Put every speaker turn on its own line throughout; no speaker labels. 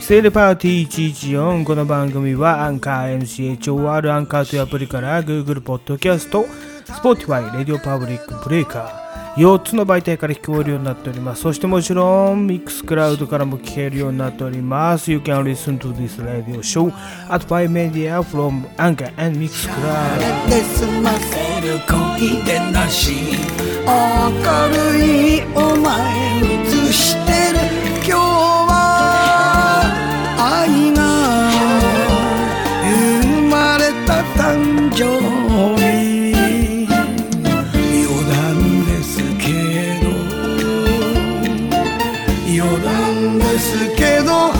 セールパーティー114この番組はアンカー NCHOR アンカーというアプリから Google ポッドキャスト Spotify レディオパブリックブレイカー4つの媒体から聞こえるようになっておりますそしてもちろん Mixcloud からも聞けるようになっております You can listen to this radio show at by media from Anchor and Mixcloud
で済ませる恋でなし明るいお前映してる今日は愛が生まれた誕生日余談ですけど余談ですけど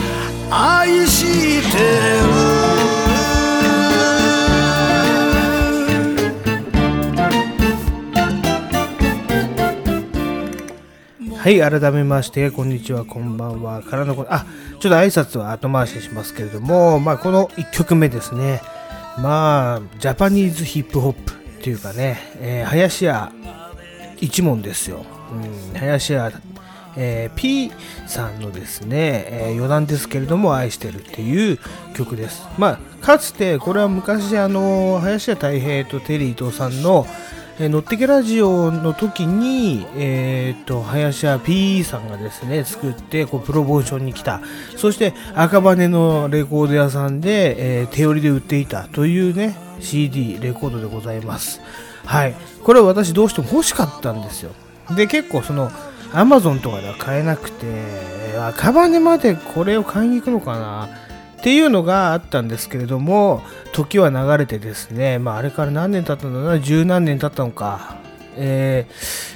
愛してる
はい、改めまして、こんにちは、こんばんは、からのこ、あ、ちょっと挨拶は後回しにしますけれども、まあ、この1曲目ですね。まあ、ジャパニーズヒップホップっていうかね、えー林家一門ですよ。うん、林家、えー P さんのですね、えー余談ですけれども愛してるっていう曲です。まあ、かつて、これは昔、あの、林家太平とテリー伊藤さんの、えーのってけラジオの時に、えーっと、林家 P さんがですね、作って、こう、プロモーションに来た。そして、赤羽のレコード屋さんで、えー手売りで売っていたというね、CD、レコードでございます。はい。これは私どうしても欲しかったんですよ。で、結構その、アマゾンとかでは買えなくて、えー赤羽までこれを買いに行くのかなっていうのがあったんですけれども時は流れてですね、まあ、あれから何年経ったんだろうな十何年経ったのか、え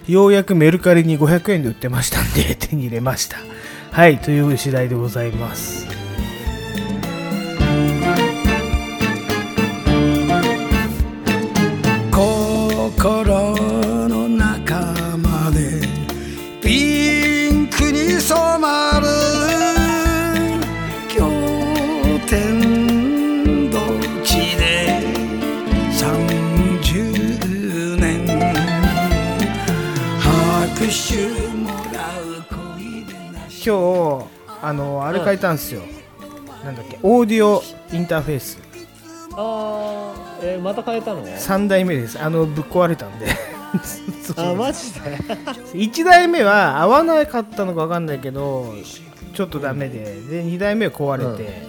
ーようやくメルカリに500円で売ってましたんで 手に入れましたはいという次第でございます
心の中までピンクに染まる経典土地で30年拍手もらう恋でなし
今日あのあれ書いたんですよ、なんだっけオーディオインターフェース
あーえーまた変えたの
3代目ですあのぶっ壊れたんで
あマジで
1台目は合わなかったのか分かんないけどちょっとダメでで2台目は壊れて、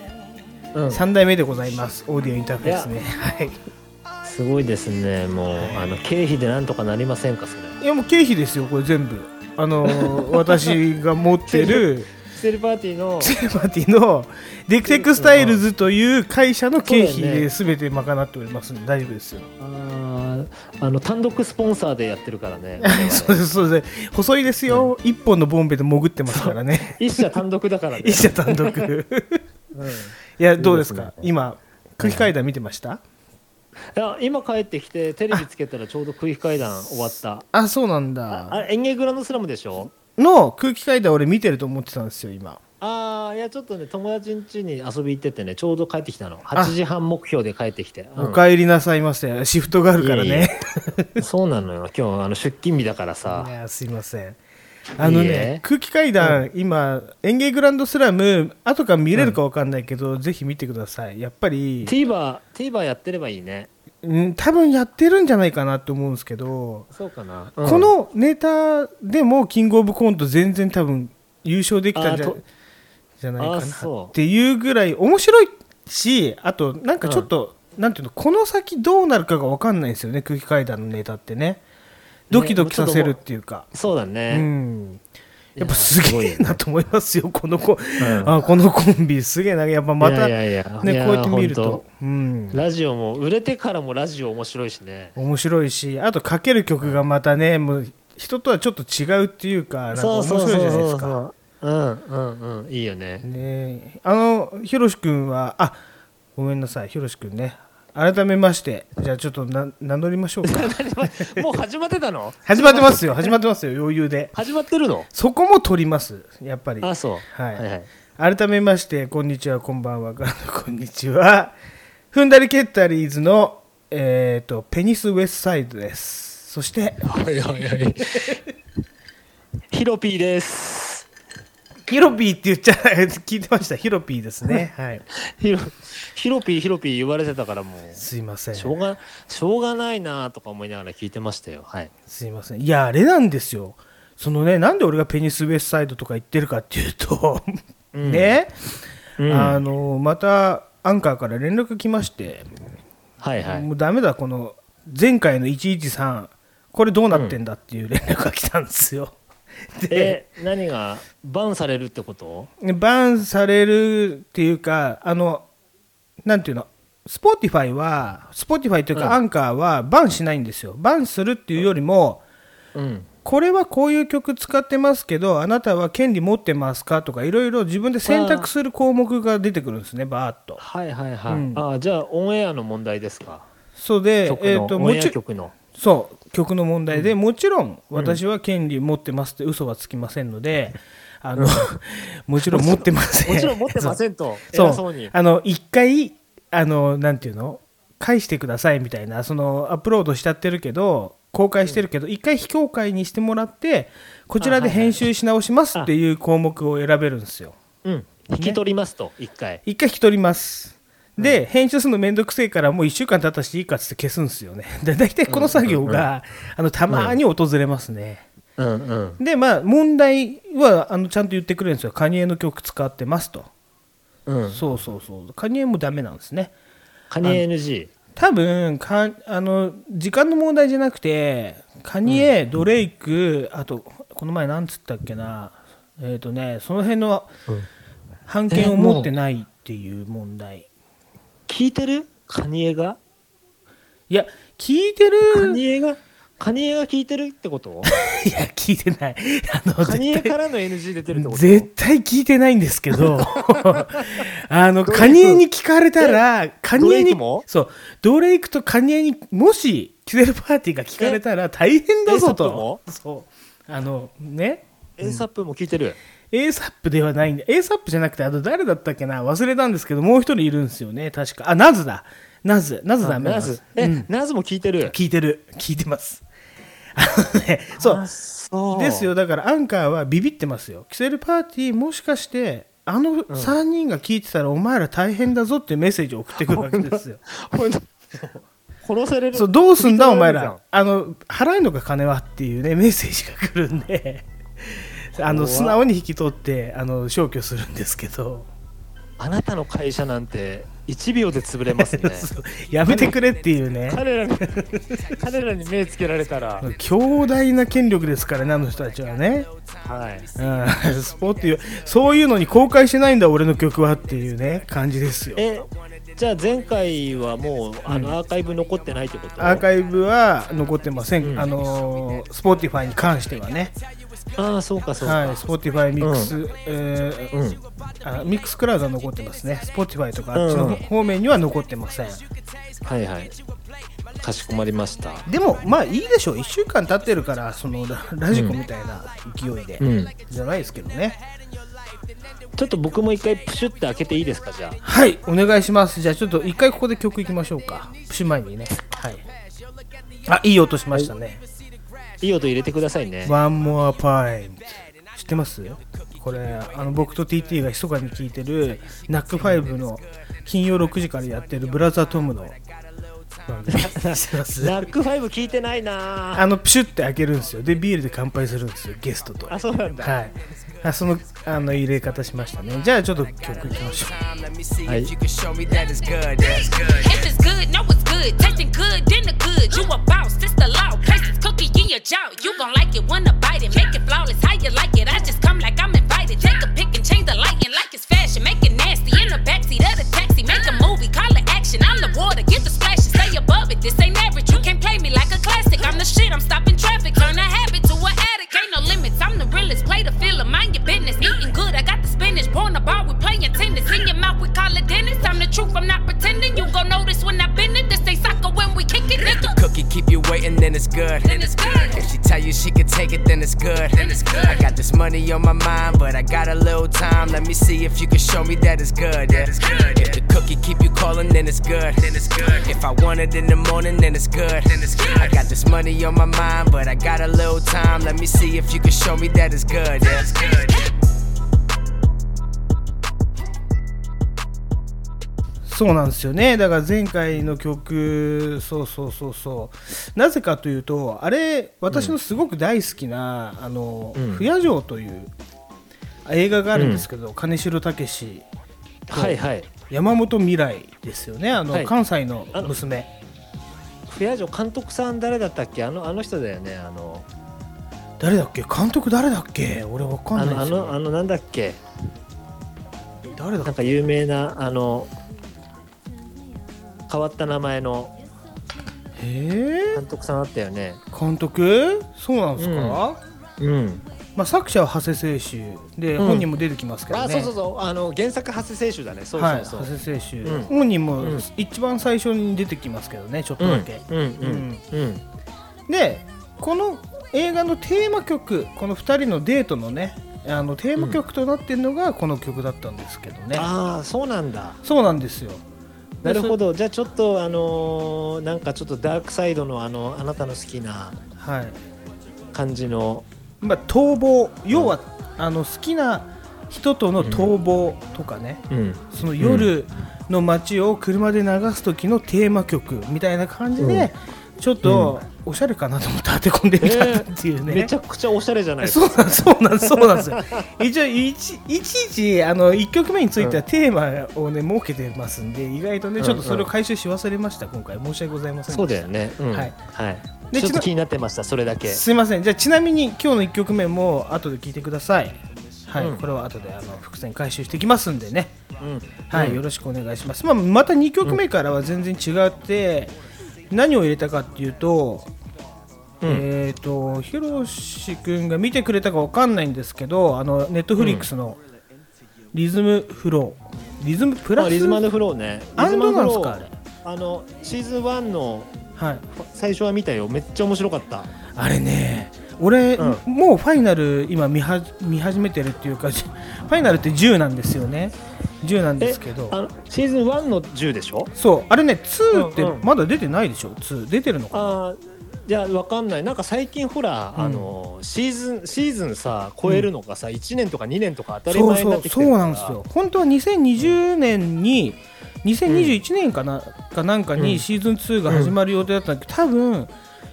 うん
3代目でございますオーディオインターフェースねはい
すごいですねもうあの経費でなんとかなりませんかそれ
いやもう経費ですよこれ全部あのー 私が持ってる
セルパーティーの
セーパティのデクテックスタイルズという会社の経費
そうだよ
で
ね
全て賄っておりますんで大丈夫ですよ
あーあの単独スポンサーでやってるから ね
そうですそうです細いですよ、一1本のボンベで潜ってますからね
一社単独だから ね
一社単独 いやどうですか
いいですね
今空気階段見てました、
いや今帰ってきてテレビつけたらちょうど空気階段終わった
あそうなん
あ
だ
あ演芸グランドスラムでしょ
の空気階段俺見てると思ってたんですよ今
ああいやちょっとね友達ん家に遊び行っててねちょうど帰ってきたの8時半目標で帰ってきて、うん
お帰りなさいませシフトがあるからね
い えいそうなのよ今日あの出勤日だからさ、
いやすいませんあの
いい
ね
え
空気階段、今演芸グランドスラム後から見れるか分かんないけど、ぜひ見てくださいやっぱり
TVer, TVer やってればいいね
うん多分やってるんじゃないかなと思うんですけど、
そうかな、
このネタでもキングオブコント全然多分優勝できたんじゃ
あーと
じゃないか
あ
な
ーそう
っていうぐらい面白いしあとなんかちょっと、なんていうのこの先どうなるかが分かんないんですよね空気階段のネタってねドキドキさせるっていうか、
そうだ
う
ね、
んやっぱすげえなと思いますよ、このコ,、
ん
あこのコンビ、すげえな、やっぱまた
いや
ね、
いやいやいや
こうやって見る
ほん
と、うん、
ラジオも売れてからもラジオ面白いしね
面白いし、あとかける曲がまたね、もう人とはちょっと違うっていうか、なんか面白いじゃないですか。
ううんうんうんいいよね
ねあの、ひろし君は、あごめんなさい、ひろし君ね、改めまして、じゃあちょっとな名乗りまし ょうか。
もう始まってたの
始まってますよ、始まってますよ、余裕で。
始まってるの
そこも取ります、やっぱり。
あそう
はい
はいはい
改めましてこんにちはこんばんは こんにちは踏んだり蹴ったりーズのえっ、とペニスウェストサイドですそして
はいはいはいヒロピーです
ヒロピーって言っちゃない。聞いてました。ヒロピーです ね。はい。
ヒロヒロピーヒロピー言われてたからもう
すいません。
しょうがしょうがないなとか思いながら聞いてましたよはい
すいません。いや、あれなんですよ。そのね、なんで俺がペニスウェスサイドとか言ってるかっていうと、
うん
ね、
うん
あの、また、アンカーから連絡来まして、
はいはい
もうダメだ、この、前回の113、これどうなってんだっていう連絡が来たんですよ。で、
え何がバンされるってこと
バンされるっていうか、あの、なんていうの、スポーティファイは、スポーティファイという
うん
か、アンカーはバンしないんですよ。バンするっていうよりも、
うん
これはこういう曲使ってますけどあなたは権利持ってますかとかいろいろ自分で選択する項目が出てくるんですねバーっと。
はいはいはい、
うん
あじゃあオンエアの問題ですか
そうで、
曲の、
えー、と
オ
も
ンエア
ちろん
曲の
そう曲の問題で、もちろん私は権利持ってますって嘘はつきませんので、あの もちろん持ってません。
もちろん持ってませんと
そう
偉そうに
あの一回あのなんていうの返してくださいみたいなそのアップロードしちゃってるけど公開してるけど一、回非公開にしてもらってこちらで編集し直しますっていう項目を選べるんですよ
うん引き取りますと一回
一回引き取りますで、編集するのめんどくせえからもう1週間経ったしいいかっつって消すんですよね で大体この作業が、あのたまに訪れますね、
うんうん
でまあ問題はあのちゃんと言ってくれるんですよカニエの曲使ってますと、
うん
そうそうそうカニエもダメなんですね
カニ NG
多分かあの時間の問題じゃなくてカニエ、ドレイクあとこの前なんつったっけなえっ、とねその辺の判権を持ってないっていう問題
聞いてるカニエが
いや聞 いて
カ
る
ニエがカニエが聞いてるってこと
いや聞いてないあの
カニエ
絶対
からの NG 出てるってこと
絶対聞いてないんですけ どあのカニエに聞かれたらカニエ
ドレイ
に
クも
そうドレイクとカニエにもしキュデルパーティーが聞かれたら大変だぞと
A$AP も
そうあのね
エイサップも聞いてる
ASAP ではないんで、ASAP じゃなくて、あと誰だったっけな忘れたんですけど、もう一人いるんですよね、確か。あ、ナズだ。ナズ、ナズダメな
ナ
んで
ズ
す。
え、
うん
ナズも聞いてる
聞いてる。聞いてます。あのね、そう。
そう
ですよ。だから、アンカーはビビってますよ。キセルパーティー、もしかして、あの3人が聞いてたら、お前ら大変だぞっていうメッセージを送ってくるわけですよ。
これ殺され る
そう、どうすんだ、お
首
前
取られる
ら。あの、払えんのか、金はっていうね、メッセージが来るんで、あの、
怖っ
素直に引き取って、あの、消去するんですけど。
じゃんあなたの会社なんて1秒で潰れますね
そう やめてくれっていうね
彼らに彼らに目つけられたら
強大な権力ですからねあの人たちはね、
はい
うん、スポーツいうそういうのに公開してないんだ俺の曲はっていうね感じですよ
えじゃあ前回はもうあのアーカイブ残ってないってこと、
アーカイブは残ってません、
うん
あのスポーティファイに関してはね、
ああそうかそうか、
はい、スポーティファイミックス、えー
うん
あミックスクラウドは残ってますね、スポーティファイとかあっち
うん
の方面には残ってません、
はいはいかしこまりました
でもまあいいでしょう、1週間経ってるから、そのララジコみたいな勢いで、
うん
じゃないですけどね、
ちょっと僕も一回プシュって開けていいですかじゃあ
はい、お願いします。じゃあちょっと一回ここで曲いきましょうか。プシュ前にね。はい。あ、いい音しましたね。
いい音入れてくださいね
One More Time。知ってますこれ、あの僕と TT が密かに聴いてる NAC5 の金曜6時からやってるブラザートムの。なんで知ってます
ナックファイブ聞いてないな ー
あの、プシュって開けるんですよ。で、ビールで乾杯するんですよ、ゲストと。
あそうなんだ
はい。あその、あの、入れ方しましたね。じゃあちょっと曲いきましょう。
Let me see
Hey.
if you can show me that it's good. That's good.
If it's good, no, it's good. Tasting good, then the good. You a boss, this the law. Place this cookie in your jaw. You gon' like it, wanna bite it. Make it flawless, how you like it. I just come like I'm invited. Take a pic and change the lighting like it's fashion. Make it nasty in the backseat of the taxi. Make a movie, call it action. I'm the water, get the splashes. Stay above it, this ain't average. You can't play me like a classic. I'm the shit, I'm stopping traffic. Turn a habit to an addict. Ain't no limits, I'm the realest. Play the filler, mind your business. Eating good, I got the spinach. Pouring the bar, we playing tennis. In your mouth, we call it dentist. I'm the truth, I'm not pretending. You gon' notice when I've been in this. They soccer when we kick it, nigga.
Cookie keep you waiting, then it's good.
Then it's good.
If she tell you she could take it, then it's good. Then it's good. I got this money on my mind, but I got a little time. Let me see if you can show me that it's good. Yeah. good. If the cookie keep you calling, then it's good. Then it's good. If I want it in the morning, then it's good. Then it's good. I got this money on my mind, but I got a little time. Let me see if you can show me that it's good. Yeah. good.
そうなんですよねだから前回の曲そうそうそうそうなぜかというとあれ私のすごく大好きな「あの
うん
不夜城」という映画があるんですけど、金城武史
はいはい
山本未来ですよねあの、
はい
関西の娘
フェア城監督さん誰だったっけあのあの人だよねあの
誰だっけ監督誰だっけ俺わかんな
あ
い
の
で
あ
す
のあ
よ、ね、
のなんだっけ
誰だ
な
っ
んか有名なあの変わった名前の
けえ
監督さんあったよね
ー、監督そうなんですか、
うんうん
まあ、作者は長谷清舟で、
うん
本人も出てきますけどね
あそうそうそうあの原作長谷選手だねそう
は
そ
いう長
そう
谷選手、
うん
本人も
うん
一番最初に出てきますけどねちょっと
うん
だけ、
うんうん
でこの映画のテーマ曲この2人のデートのねあのテーマ曲となってるのがこの曲だったんですけどね、
ああそうなんだ
そうなんですよ
なるほ
ど
どじゃあちょっとあのーなんかちょっとダークサイドのあのあなたの好きな
はい
感じの
まあ逃亡要は、あの好きな人との逃亡とかね、
うん
その夜の街を車で流す時のテーマ曲みたいな感じで、ちょっとおしゃれかなと思って当て込んでみたっていうね、
めちゃくちゃおしゃれじゃないですか
そうなんそうなんそうなんですよ一応いちいちいちあの1曲目についてはテーマをね設けてますんで意外とねちょっとそれを回収し忘れました今回申し訳ございません
そうだよね、うん
は
はいい
で
ちょっ
ちな
と気になってましたそれだけ
すいませんじゃあちなみに今日の1曲目も後で聞いてくださいはい、
うん
これは後であの伏線回収していきますんでね
うん
はい、
うん
よろしくお願いします、まあ、また2曲目からは全然違って、何を入れたかっていうと、
うん
えっ、とひろし君が見てくれたかわかんないんですけどあのネットフリックスのリズムフローリズムプラ
あ
ス
リズムフローね
アンドなんす
リズムフロ
か
ー
あれ
あのシーズン1の
はい、
最初は見たよめっちゃ面白かった
あれね俺、
うん
もうファイナル今見は見始めてるっていうか ファイナルって10なんですよね10なんですけど
あのシーズン1の10でしょ
そうあれね2って
うんうん
まだ出てないでしょ2出てるのか
ああじゃあ分かんないなんか最近ほら、
うん
あのシーズンシーズンさ超えるのがさ、一1年とか2年とか当たり
そう
前に
そ
なっ
う
てき
そ
てる
う
から
なんですよ本当は2020年に、2021年かな、かなんか
う
に
ん
シーズン2が始まる予定だったんだけど、多分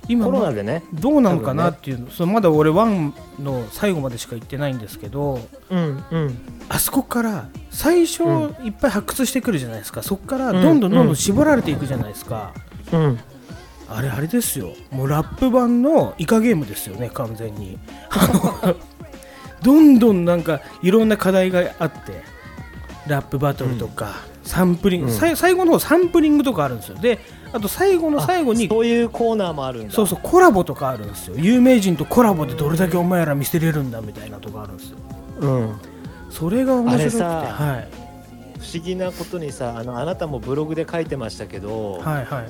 今
コロナ
は
でね
どうなのかな
多分ね
っていうの、そのまだ俺1の最後までしか行ってないんですけど
うんうん
あそこから最初
うん
いっぱい発掘してくるじゃないですかそこから
うん
どんどんどんどん絞られていくじゃないですか、
うん
あれあれですよもうラップ版のイカゲームですよね完全にあのどんどんなんかいろんな課題があってラップバトルとか、サンプリング、
うん
さい最後の方サンプリングとかあるんですよであと最後の最後に
そういうコーナーもあるんだ
そうそうコラボとかあるんですよ有名人とコラボでどれだけお前ら見せれるんだみたいなとかあるんですよ
うん
それが面白くて、
あれさ
はい、
不思議なことにさあのあなたもブログで書いてましたけど、
はいはい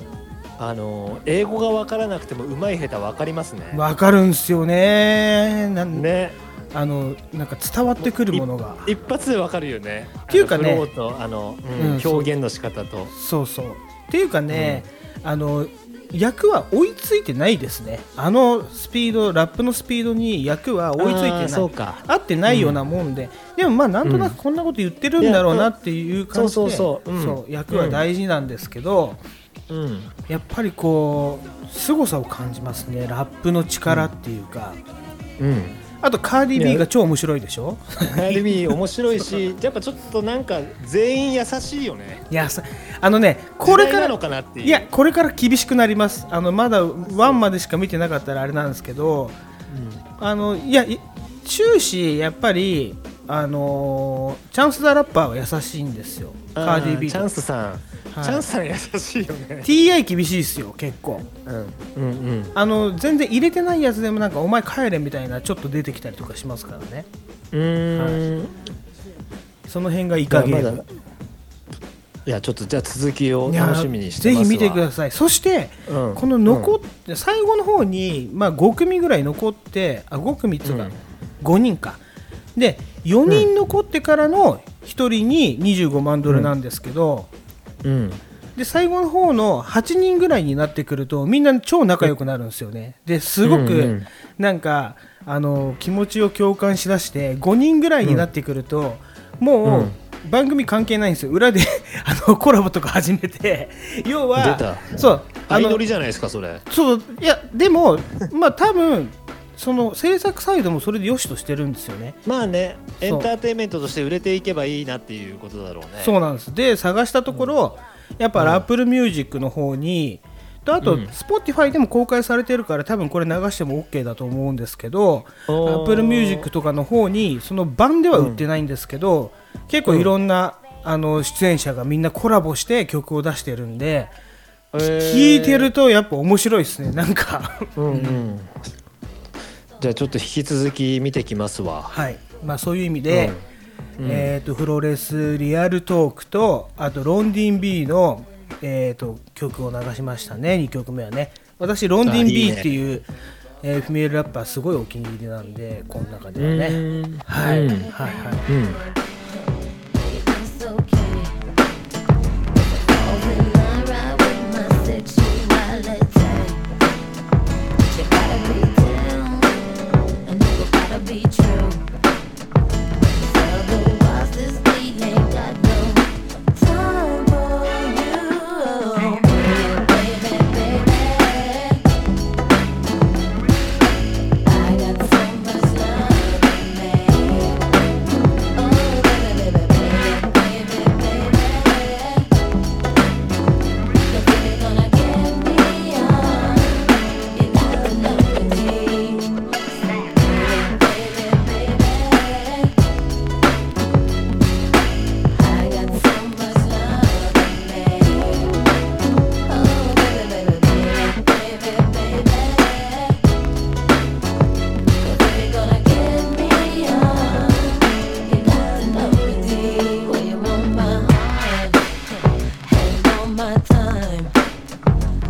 あの英語が分からなくても上手い下手分かりますね。
わかるんですよねなん
ね
あのなんか伝わってくるものが
一発で分かるよね。
っていうかね
あのフローとあの、うん
うん
表現の仕方と。
そうそう。っていうかね、あの役は追いついてないですね。あのスピード、ラップのスピードに役は追いついて
あ
な
ー
い。
そうか
合ってないようなもんで、でもまあなんとなくこんなこと言ってるんだろうなっていう感じで、
いやうんそうそうそううん
そう役は大事なんですけど、
うん
やっぱりこう凄さを感じますね。ラップの力っていうか。
うん。
あとカーディ
い
B
や
が超面白いでしょ。
悩み面白いし、やっぱちょっとなんか全員優しいよね。
いやさあのねこれか
時代な
ら
のかなっていう。
いや、これから厳しくなりますあのまだ1までしか見てなかったらあれなんですけどあのいやい終始やっぱりあのーチャンス・ザ・ラッパーは優しいんですよカーディ・ビ
チャン
ーと
スさん、
はい
チャンスさん優しいよね。
TI 厳しいですよ結構
うんうんうん
あの全然入れてないやつでもなんかお前帰れみたいなちょっと出てきたりとかしますからね
うーん。
その辺がいかげ
まだまだいやちょっとじゃあ続きを
いや
楽しみにしてますわ
ぜひ見てくださいそして、
うん
この残って、最後の方に、まあ、5組ぐらい残ってあ5組っつうか、
うん
5人かで4人残ってからの1人に25万ドルなんですけど、
うん
で最後の方の8人ぐらいになってくるとみんな超仲良くなるんですよねですご
うんう
く
ん
なんか、あの気持ちを共感しだして5人ぐらいになってくると、もう、
うん
番組関係ないんですよ裏で あのコラボとか始めて 要は
出た
そうあ
相乗
の
りじゃないですかそれ
そういやでもまあ多分その制作サイドもそれで良しとしてるんですよね
まあね
う
エンターテインメントとして売れていけばいいなっていうことだろうね
そうなんですで探したところ、やっぱ
うん
ラップルミュージックの方にとあと、
うん
Spotify でも公開されてるから多分これ流しても OK だと思うんですけど
おー
Apple Music とかの方にその版では売ってないんですけど、結構いろんな、あの出演者がみんなコラボして曲を出してるんで聴
聞
いてるとやっぱ面白いですねなんか
うんうんじゃあちょっと引き続き見てきますわ
はい、まあ、そういう意味で、
うんうん
えー、とフロレスリアルトークとあとロンディン B の、えー、と曲を流しましたね2曲目はね私ロンディン
あいい
B
ね
っていうえーフィメールラッパーすごいお気に入りなんでこの中では
う
ね
ん
はい、
うん
はいはい
うん
Time. Well,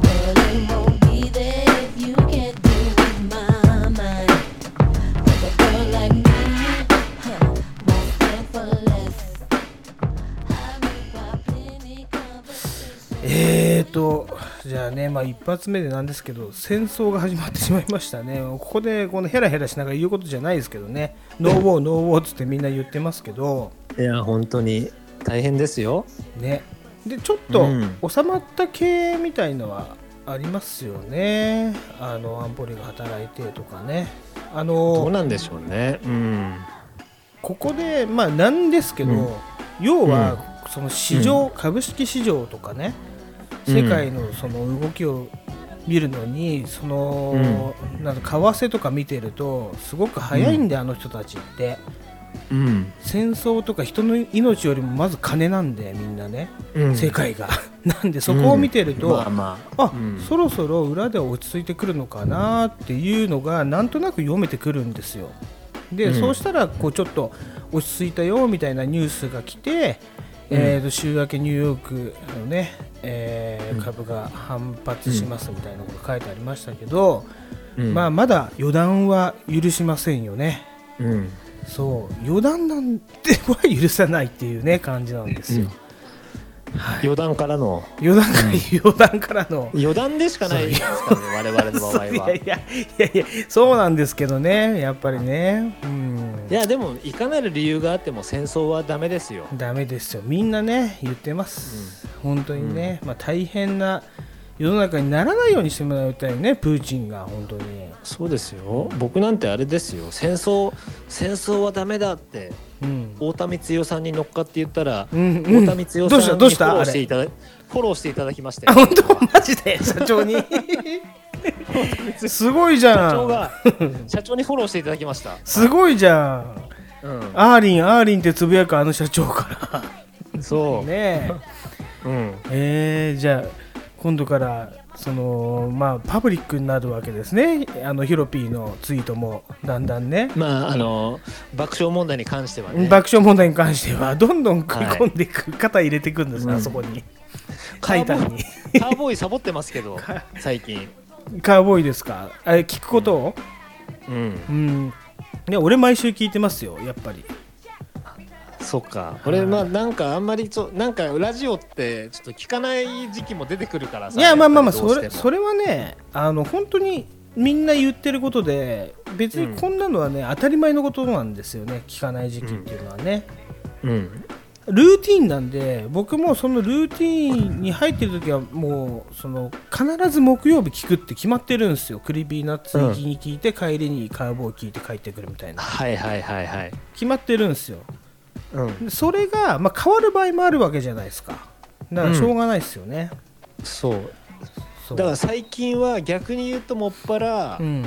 it won't be there if you can't deal with my mind. Cause a girl like me, huh, won't stand for less. I require plenty conversation.
えーとじゃあね、まあ、一発目でなんですけど戦争が始まってしまいましたね、ここでこのヘラヘラしながら言うことじゃないですけどね、ノーウォー、ノーウォーっつってみんな言ってますけど、
いや本当に大変ですよ
ね、でちょっと
うん
収まった系みたいのはありますよね、あの安保理が働いてとかね、あ
どう
の
なんでしょうねうん
ここで、まあ、なんですけど、
うん
要はその市場、株式市場とかね、
うん
世界のその動きを見るのに、そのなんか為替とか見てると、すごく早いんで、あの人たちって、
うん
戦争とか人の命よりもまず金なんで、みんなね。
うん
世界が、 なんでそこを見てると、
まあ
あ
まあうん
そろそろ裏では落ち着いてくるのかなっていうのがなんとなく読めてくるんですよで、
うん
そうしたらこうちょっと落ち着いたよみたいなニュースが来て、えーと週明けニューヨークのね、えー株が反発しますみたいなこと書いてありましたけど、
うん
まあ、まだ予断は許しませんよね
うん
そう予断なんては許さないっていうね感じなんですよ、
余談からの
余談 から、余談からの。
余談でしかないですからね我々の場合
いや
はい
やいやいや、そうなんですけどね、やっぱりね。うん
い。やでもいかなる理由があっても戦争はダメですよ
ダメですよ。みんなね、言ってます。本当にね、まあ大変な世の中にならないようにしてもらいたいね、プーチンが本当に。
そうですよ僕なんてあれですよ戦争戦争はダメだって
うん。
太田光代さんに乗っかって言ったら、
うんうん
太田光代さ
ど
んに
うしたどうした
フォロ
あ
ー
れ
していただフォローしていただきまして
あ、本当マジで社長に。すごいじ
社長
ゃん。
が社長にフォローしていただきました、
すごいじゃん。
う
アーリン、アーリンってつぶやくあの社長 か
ん、そ
ら。
う、
ねえ。
うん、
えー、じゃあ今度からそのまあパブリックになるわけですねあのヒロピーのツイートもだんだんね
まああの爆笑問題に関してはね
爆笑問題に関してはどんどん食い
はい
込んでいく、肩入れていくんですね、
うん
あそこにタイタンに
カーボーイサボってますけど最近
カーボーイですかあれ聞くことを
うん
うん、ね、俺毎週聞いてますよやっぱり
そっか俺まあなんかあんまりちょなんかラジオってちょっと聞かない時期も出てくるからさ
いやまあまあまあ
やっぱりどう
そ
して
れ
も
それはねあの本当にみんな言ってることで別にこんなのはね、当たり前のことなんですよね聞かない時期っていうのはね、
うん
ルーティンなんで僕もそのルーティンに入ってる時はもうその必ず木曜日聞くって決まってるんですよクリビーナッツに聞に聞いて、帰りにカーボーイ聞いて帰ってくるみたいな
はいはいはいはい。
決まってるんですよ
うん。
でそれが、まあ、変わる場合もあるわけじゃないですかだからしょうがないですよね、
そう。
そう
だから最近は逆に言うともっぱら、
うん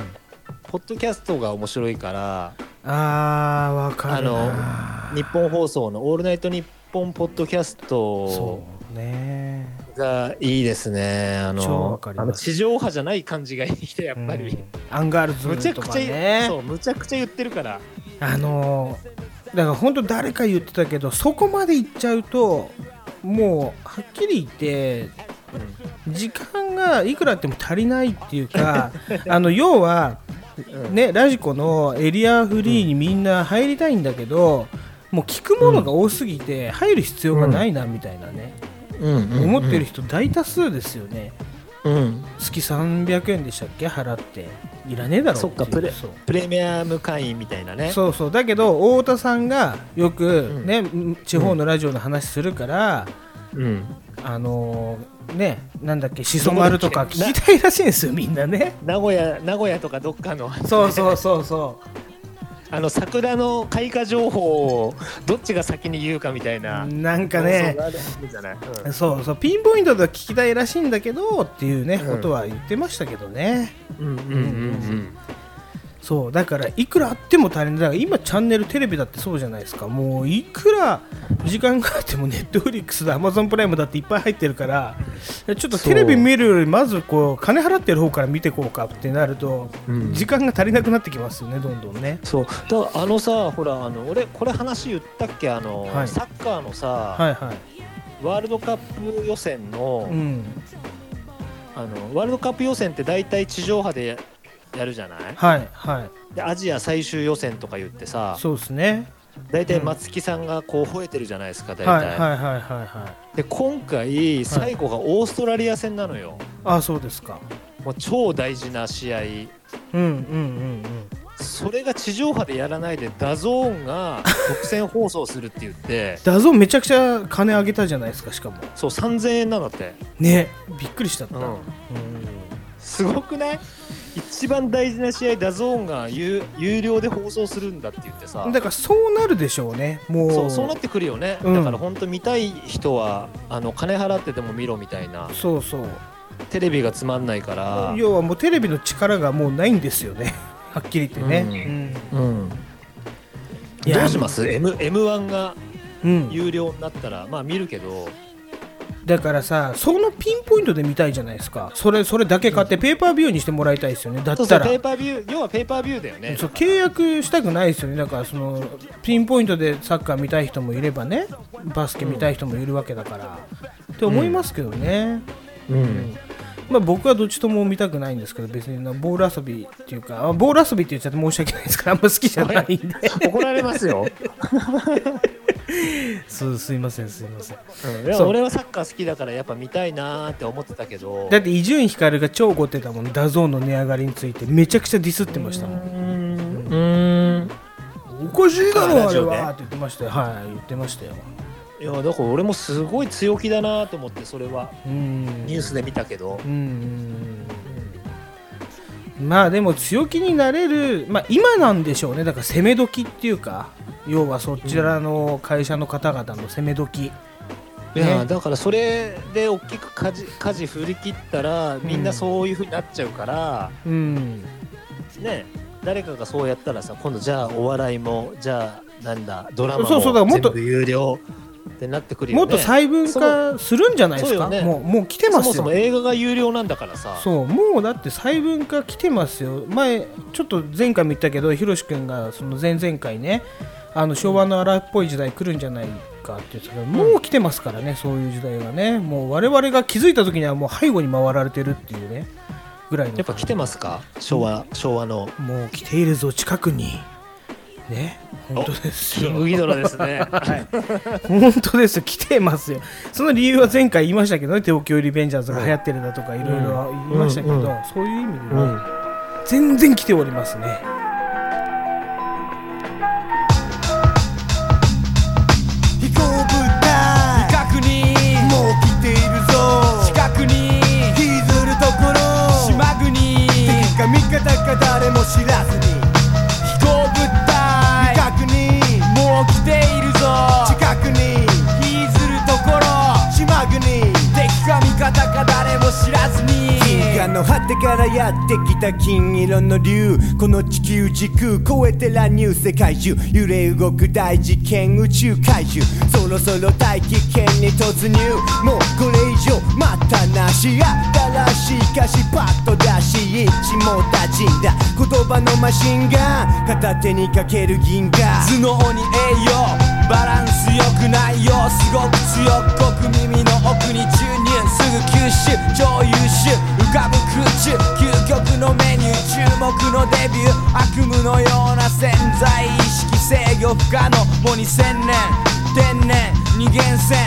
ポッドキャストが面白いから、
あーわかるな
日本放送の「オールナイトニッポン」ポッドキャス
そ
ト
うね
がいいですね。あ
超わ
の
かります
あの地上波じゃない感じがいいねやっぱり。
アンガール
むち
ズ
ゃ
と
く
か
ちゃ、
ね
そうむちゃくちゃ言ってるから。
あのーだから本当誰か言ってたけどそこまで行っちゃうともうはっきり言って時間がいくらあっても足りないっていうか あの要は、ね、ラジコのエリアフリーにみんな入りたいんだけど、もう聞くものが多すぎて入る必要がないなみたいなね、
うん
思ってる人大多数ですよね
うん。
月300円でしたっけ払っていらねえだろ
そっか
てい
プ
う
レ
そう
プレミアム会員みたいなね。
そうそうだけど太田さんがよく、
ん
ねうん地方のラジオの話するから、
うん。
あのーねなんだっけしそ丸とか聞きたいらしいんですよみんなね
名古屋名古屋とかどっかの
そうそうそうそ
あの桜の開花情報をどっちが先に言うかみたいな
う。 なんかね
そうそうあるじゃない。うん
そうそうピンポイントでは聞きたいらしいんだけどっていうね、
うん
ことは言ってましたけどね
うんうんうん
そうだからいくらあっても足りないだから今チャンネルテレビだってそうじゃないですかもういくら時間があってもネットフリックスだアマゾンプライムだっていっぱい入ってるからちょっとテレビ見るよりまずこう金払ってる方から見てこうかってなると、
うん
時間が足りなくなってきますよねどんどんね
そうだからあのさほらあの俺これ話言ったっけあの、
はい
サッカーのさ、
はいはい
ワールドカップ予選の,、
うん
あのワールドカップ予選って大体地上波でややるじゃない
はいはい
でアジア最終予選とか言ってさ
そうですね
大体松木さんがこう吠えてるじゃないですか大体、
はいはいはいはいはい
で今回最後がオーストラリア戦なのよ、
あそうですか
もう超大事な試
う
合
んうんうんうん
それが地上波でやらないでダゾーンが独占放送するって言って
ダゾーンめちゃくちゃ金あげたじゃないですかしかも
そう3000円なんだって、
ねびっくりしちゃった、
うん
うん
すごくない一番大事な試合ダゾーンが有有料で放送するんだって言ってさ
だからそうなるでしょうね、もう。
そうそうなってくるよね、
うん
だから本当見たい人はあの金払ってでも見ろみたいな
そうそう
テレビがつまんないから、
要はもうテレビの力がもうないんですよね、 はっきり言ってね。
うん、
いや
どうします M ?M1 が
うん
有料になったらまあ見るけど
だからさ、そのピンポイントで見たいじゃないですか、それそれだけ買って、ペーパービューにしてもらいたいですよね、だっ
そう
た
そう
ら。
ペーパービュー要はペーパービューだよね
そう契約したくないですよね、だからそのピンポイントでサッカー見たい人もいればね、バスケ見たい人もいるわけだから、って思いますけどね、
うん
まあ、僕はどっちとも見たくないんですけど、別になボール遊びっていうか、あボール遊びって言っちゃって申し訳ないですから、あんま好きじゃないん で。
怒られます よ、
すすいませんすいません
うん、いや
そう
俺はサッカー好きだからやっぱ見たいなーって思ってたけど
だって伊集院光が超怒ってたもんダゾーンの値上がりについてめちゃくちゃディスってましたもん
うん
おかしいだろ
ラ
あ
ジ
れ
オで
はって言ってましたよはい言ってましたよ
いやだから俺もすごい強気だなと思ってそれは
うん
ニュースで見たけど
うんうんまあでも強気になれる、まあ、今なんでしょうねだから攻め時っていうか要はそちらの会社の方々の攻め時、
いや
ね
だからそれで大きく舵舵振り切ったらみんなそういうふうになっちゃうから、
うん
ね誰かがそうやったらさ今度じゃあお笑いもじゃあなんだドラマ
そうそうだからも
も
っ
全
と
部有料ってなってくるよ
も
ね
っと細分化するんじゃないですか
そうよね
もうもう来てます
そ
よ
もそも映画が有料なんだからさ
そうもうだって細分化来てますよ前ちょっと前回も言ったけどひろし君がその前々回ねあの昭和の荒っぽい時代来るんじゃないかって言ってたけどもう来てますからねそういう時代がねもう我々が気づいた時にはもう背後に回られてるっていうねぐらいの
やっぱ来てますか昭和昭和の
もう来ているぞ近くにね本当です
キ
よ
ングギドラです ね
本当ですよ来てますよその理由は前回言いましたけどね東京リベンジャーズが流行ってるだとかいろいろ言いましたけど、
うんう
そういう意味で
う
は、
ん
全然来ておりますね。
飛行物
知らずに飛行物体未確認もう来ているぞ近くに引きずるところ島国敵か味方か誰も知らずに
銀河の果てからやってきた金色の竜この地球時空超えて乱入世界中揺れ動く大事件宇宙怪獣そろそろ大気圏に突入もうこれ以上待ったなし新しい歌詞パッと出し一網打尽だ言葉のマシンガン片手にかける銀河
頭脳に栄養バランス良くないよすごく強く濃く耳の奥に注入すぐ吸収超優秀浮かぶ空中究極のメニュー注目のデビュー悪夢のような潜在意識制御不可能もう2000年天然二元線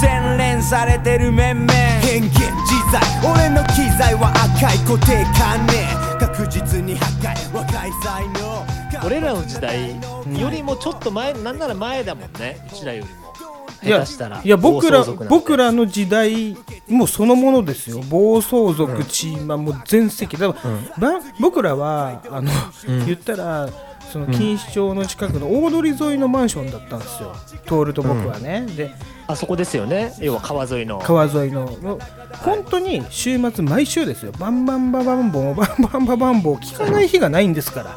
洗練されてる面々
変幻自在俺の機材は赤い固定観念確実に破壊若い才能
俺らの時代よりもちょっと前、なんなら前だもんねうちらよりも
いや
下手したら
いや僕ら
暴走族なんて
僕らの時代もうそのものですよ暴走族チーマンもう全席だから、ば僕らはあの、言ったらその錦糸町の近くの大通り沿いのマンションだったんですよ徹ると僕はね、で
あそこですよね要は川沿いの
川沿いのの本当に週末毎週ですよバンバンババンボンバンバンババンボン聞かない日がないんですから、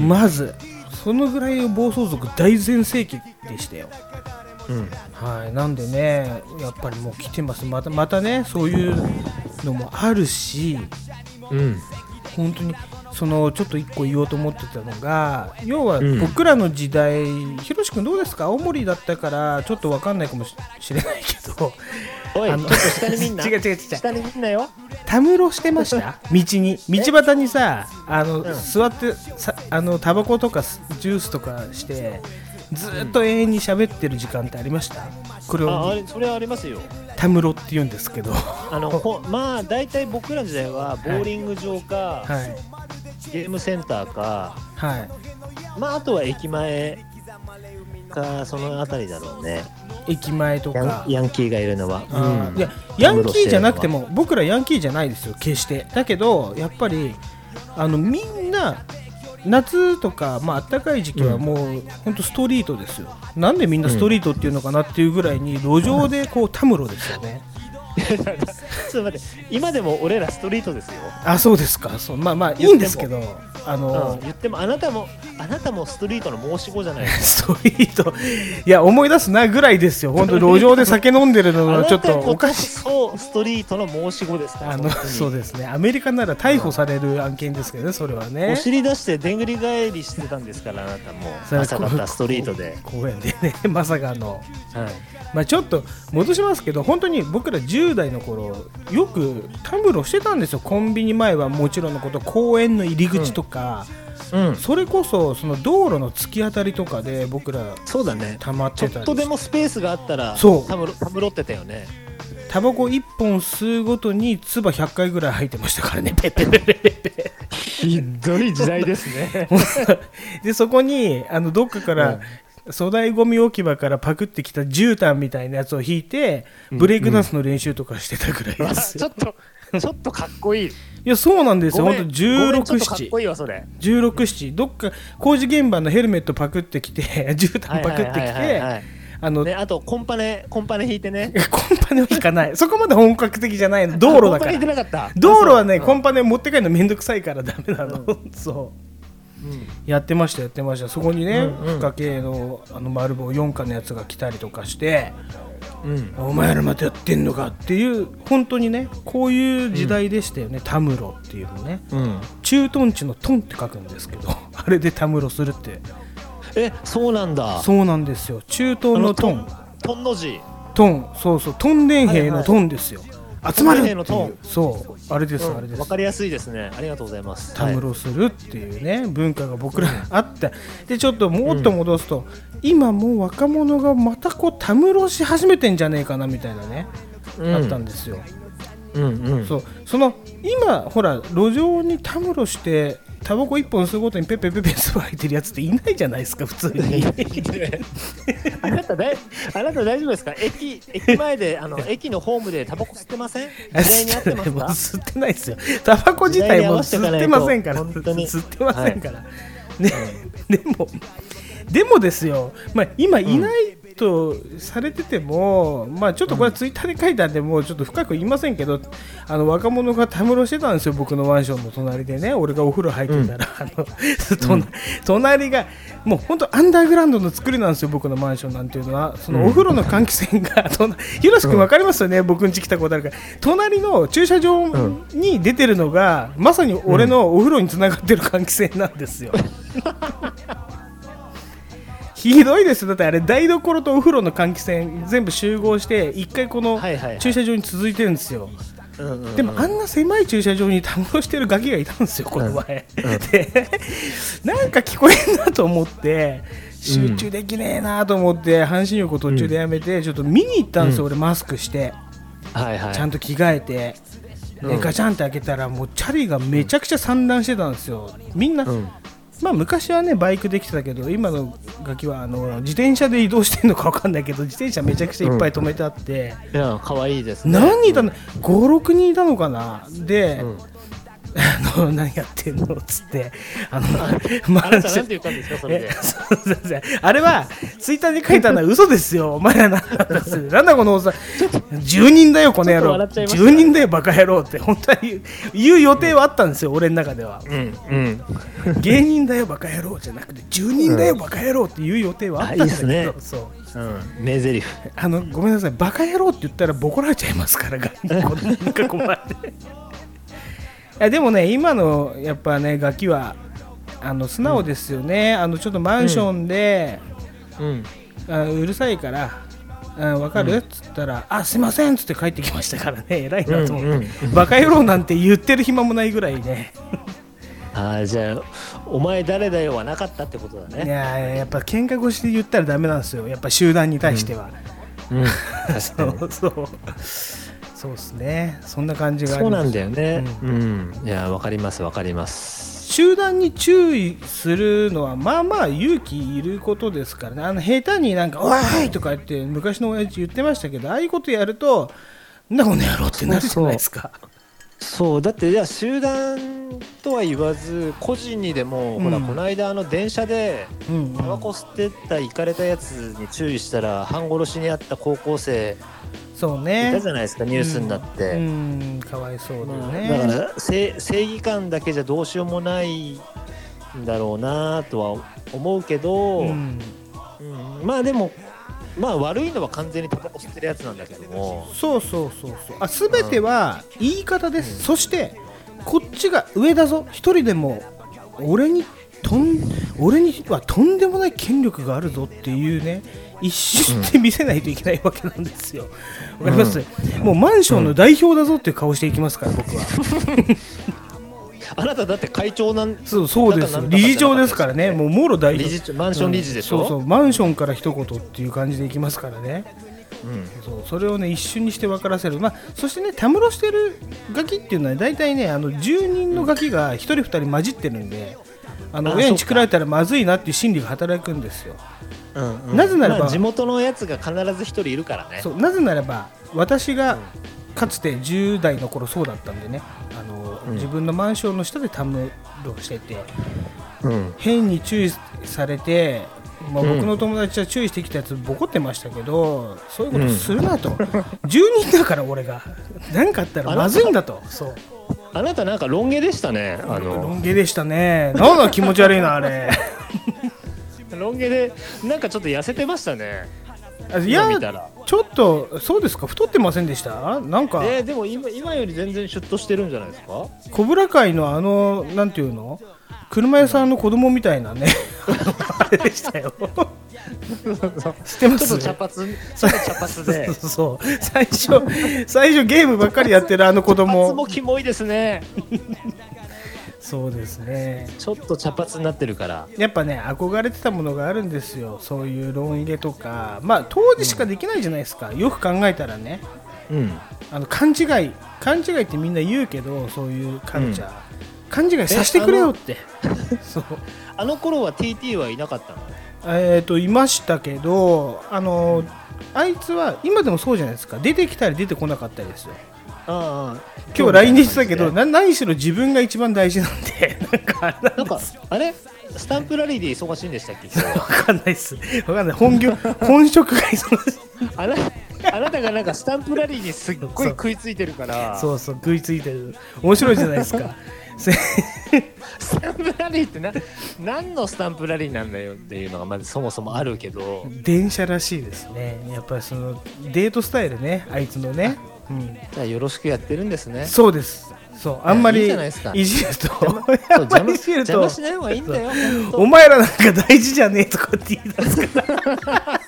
まずそのぐらい暴走族大全盛期でしたよ、はいなんでねやっぱりもう来てますまたまたねそういうのもあるし
うん
本当にそのちょっと一個言おうと思ってたのが要は僕らの時代、ひろし君どうですか青森だったからちょっと分かんないかもししれないけど
おいちょ
あ
っ
の
と下にみんな
違う違う違う
下にみんなよ
たむろしてました 道に道端にさあの、座ってさあのタバコとかすジュースとかしてずーっと永遠に喋ってる時間ってありましたこれ
ああ
を
れそれはありますよ
たむろって言うんですけど は
あのほまあ大体僕らの時代はボーリング場か、
い
ゲームセンターか
はい
まああとは駅前かその辺りだろうね
駅前と
ヤ
か
ンヤンキーがいるのは、
あー
うん
いやヤンキーじゃなくても僕らヤンキーじゃないですよ決してだけどやっぱりあのみんな夏とか、まあ暖かい時期はもう、本当ストリートですよなんでみんなストリートっていうのかなっていうぐらいに路上でこうたむろですよね
ちょっと待って今でも俺らストリートですよ、
あそうですかそうまあまあいいんですけどあの、
うん言ってもあなたもあなたもストリートの申し子じゃない
ストリートいや思い出すなぐらいですよ本当路上で酒飲んでるの
あ
は
な
ちょ
た
っと
こ
おかしい
そうストリートの申し子ですから
あの
本当に
そうですねアメリカなら逮捕される案件ですけどねそれはね
お尻出してでんぐり返りしてたんですからあなたも
それは
朝方ストリー トで、
公園でねまさかの、
はい
まあ、ちょっと戻しますけど本当に僕ら10代の頃よくタムロしてたんですよコンビニ前はもちろんのこと公園の入り口とか、
うん、
それこそその道路の突き当たりとかで僕ら
そうだね
溜まっ
ちょ
て
った
り
とでもスペースがあったら
そう
たむろたむろってたよね
タバコ1本吸うごとに唾100回ぐらい吐いてましたからねペッペッ
ひどい時代です ね
でそこにあのどっかから、粗大ゴミ置き場からパクってきた絨毯みたいなやつを引いてブレイクダンスの練習とかしてたぐらいです
ち
よ、
ょっとちょっとかっこいい
いやそうなんですよ
ご
ほ
め
ん
ん
と
ごめんちょっとかっこ
1617
いいわそれ
どっか工事現場のヘルメットパクってきて 絨毯パクって
はい
き
はいはいはいは
て
い
あの、
ね、あとコンパネコンパネ引いてね
コンパネを引かないそこまで本格的じゃないの 道路だか
あコンパネ引いて
ら
なかった
道路はね、
あそう
コンパネ持って帰るのめんどくさいからダメなの、 そう、やってましたやってましたそこにね、フカ系のあの丸棒4課のやつが来たりとかして、お前らまたやってんのかっていう本当にねこういう時代でしたよね、タムロっていうのね、駐屯地のトンって書くんですけど あれでタムロするって
えそうなんだ
そうなんですよ中東のトン
トンの字
トンそうそうトンデン兵のトンですよ、集まるってい
トンデン兵の
う
トン
そうあれです、あれです
わかりやすいですねありがとうございます
たむろするっていうね、文化が僕らにあってでちょっともっと戻すと、今もう若者がまたこうたむろし始めてんじゃねえかなみたいなね、
うん
あったんですよ、
はいうんうん
そうその今ほら路上にたむろしてタバコ一本吸うごとにペッペッペッペッ吸われてるやつっていないじゃないですか普通に
あなただいあなた大丈夫ですか駅駅前であの駅のホームでタバコ吸ってません時代に合って
もう
ます
吸ってないですよタバコ自体もう吸ってませんから
時代に合わせ
吸ってて
いかな
ま
いと
せんから、ね、でもでもですよ、まあ、今いないとされてても、まあちょっとこれはツイッターで書いたんで、もうちょっと深く言いませんけど、あの若者がたむろしてたんですよ、僕のマンションの隣でね、俺がお風呂入ってたら、あの隣隣が、もう本当、アンダーグラウンドの作りなんですよ、僕のマンションなんていうのは、そのお風呂の換気扇が、 となひろし君分かりますよね、僕ん家来たことあるから、隣の駐車場に出てるのが、まさに俺のお風呂につながってる換気扇なんですよ。ひどいですよだってあれ台所とお風呂の換気扇全部集合して一回この
はいはいはい
駐車場に続いてるんですよ、
うんうんうん
でもあんな狭い駐車場にたむろしてるガキがいたんですよこの前、でなんか聞こえんなと思って集中できねえなと思って半身浴途中でやめてちょっと見に行ったんですよ、俺マスクして
はいはい
ちゃんと着替えて、でガチャンって開けたらもうチャリがめちゃくちゃ散乱してたんですよみんな、まあ昔はねバイクできてたけど今のガキはあの自転車で移動してるのか分かんないけど自転車めちゃくちゃいっぱい止めてあって、
いや可愛いですね
何人いたの56人いたのかなで、あの何やってんのっつってあのマ
あな
ン
た
ショ
なん
ン
て言ったんですかそれ
え
で
そうそうそうあれはツイッターに書いたのは嘘ですよ、お前らなんだっつってなんだこのおっさん、10人だよ、この野
ちょっと
郎、
笑っちゃいました
10人だよ、バカ野郎って、本当は言う言う予定はあったんですよ、俺の中では。
うん
芸人だよ、バカ野郎じゃなくて、10人だよ、バカ野郎っていう予定はあったんだけど、
あいいですね
そう
うんうん名台詞
あのごめんなさい、バカ野郎って言ったらボコられちゃいますから、子供に囲まれて。いやでもね、今のやっぱね、ガキはあの素直ですよね、あのちょっとマンションで、
うん
あうるさいから、あ分かる、っつったら、あすいませんっつって帰ってきましたからね、 偉いなと思って、
うん
バカ野郎なんて言ってる暇もないぐらいね、
ああじゃあお前誰だよはなかったってことだ
い
ね
ややっぱ喧嘩越しで言ったらだめなんですよ、やっぱ集団に対しては。
うん
そうそうそうですね、そんな感じがあり
そう
ます
なんだよねうんいやわかりますわかります
集団に注意するのはまあまあ勇気いることですからねあの下手になんか「おーい!」とか言って昔の親父言ってましたけどああいうことやると「なんだこの野郎」ってなるじゃないですか
そうだっていや集団とは言わず個人にでも、
うん
ほらこの間あの電車で
うん
タバコ吸ってった行かれたやつに注意したら半殺しにあった高校生
そう
い
ね
たじゃないですか、ニュースになって、
うんかわいそうだよね、
だから正正義感だけじゃどうしようもないんだろうなとは思うけど、
うん
うんまあでもまあ悪いのは完全にタバコ吸ってるやつなんだけども
そうそうそうそうあ全ては言い方です、そしてこっちが上だぞ一人でも俺にとん俺にはとんでもない権力があるぞっていうね一瞬で見せないといけないわけなんですよ、わかります、もうマンションの代表だぞっていう顔していきますから僕は、
あなただって会長なん
そうそうです
だ
よ
からなんだか
理事長ですからねもうもろ代表
理事長マンション理事でしょ、
そうそうマンションから一言っていう感じでいきますからね
うん
そうそれをね一瞬にして分からせる、まあ、そしてねたむろしてるガキっていうのは大体ねあの10人のガキが1人2人混じってるんであの
あ
親に
そうか
作られたらまずいなっていう心理が働くんですよ
うん
なぜならば
まあ地元のやつが必ず一人いるからね
そうなぜならば私がかつて10代の頃そうだったんでねあの、
うん
自分のマンションの下でたむろしてて
うん
変に注意されて、まあ、
うん
僕の友達は注意してきたやつボコってましたけど、そういうことするな と、10人だから俺が何かあったらまずいんだとそう
あなたなんかロン毛でしたねあ
ロ
の
ン毛でしたねなんだ気持ち悪いなあ れ
ロン毛でなんかちょっと痩せてましたね
あい
今
や
見たら
ちょっとそうですか太ってませんでしたなんか
えーでも今今より全然シュッとしてるんじゃないですか
小倉会のあのなんていうの車屋さんの子供みたいなね あれでしたよ知ってま
ちょ
す
っと茶髪ちょっと茶髪で
そうそう最初最初ゲームばっかりやってるあの子
茶髪
供
もキモいですね
そうですね
ちょっと茶髪になってるから
やっぱね憧れてたものがあるんですよそういうロン毛とかまあ当時しかできないじゃないですか、よく考えたらね
うん
あの勘違い勘違いってみんな言うけどそういうカルチャー、勘違いさせてくれよってそう
あの頃は TT はいなかったの
えっ、といましたけどあのあいつは今でもそうじゃないですか出てきたり出てこなかったりですよ
ああ
今日 LINE でしてたけど、
な
な何しろ自分が一番大事なんでなんかあれ
んかあれスタンプラリーで忙しいんでしたっけ
わかんないっすわかんない本 業本職が忙しい
あなあなたがなんかスタンプラリーにすっごい食いついてるから
そうそう食いついてる面白いじゃないです かせ
スタンプラリーってな何のスタンプラリーなんだよっていうのがまずそもそもあるけど
電車らしいですねやっぱりそのデートスタイルねあいつのね、うん、
じゃあよろしくやってるんですね
そうですそうあんま
いい
り
じゃないですか
いじると
そう
あんま
邪
り
魔
いじる
邪
と
魔しない方がいいんだよ本当
お前らなんか大事じゃねえとかって言い出すから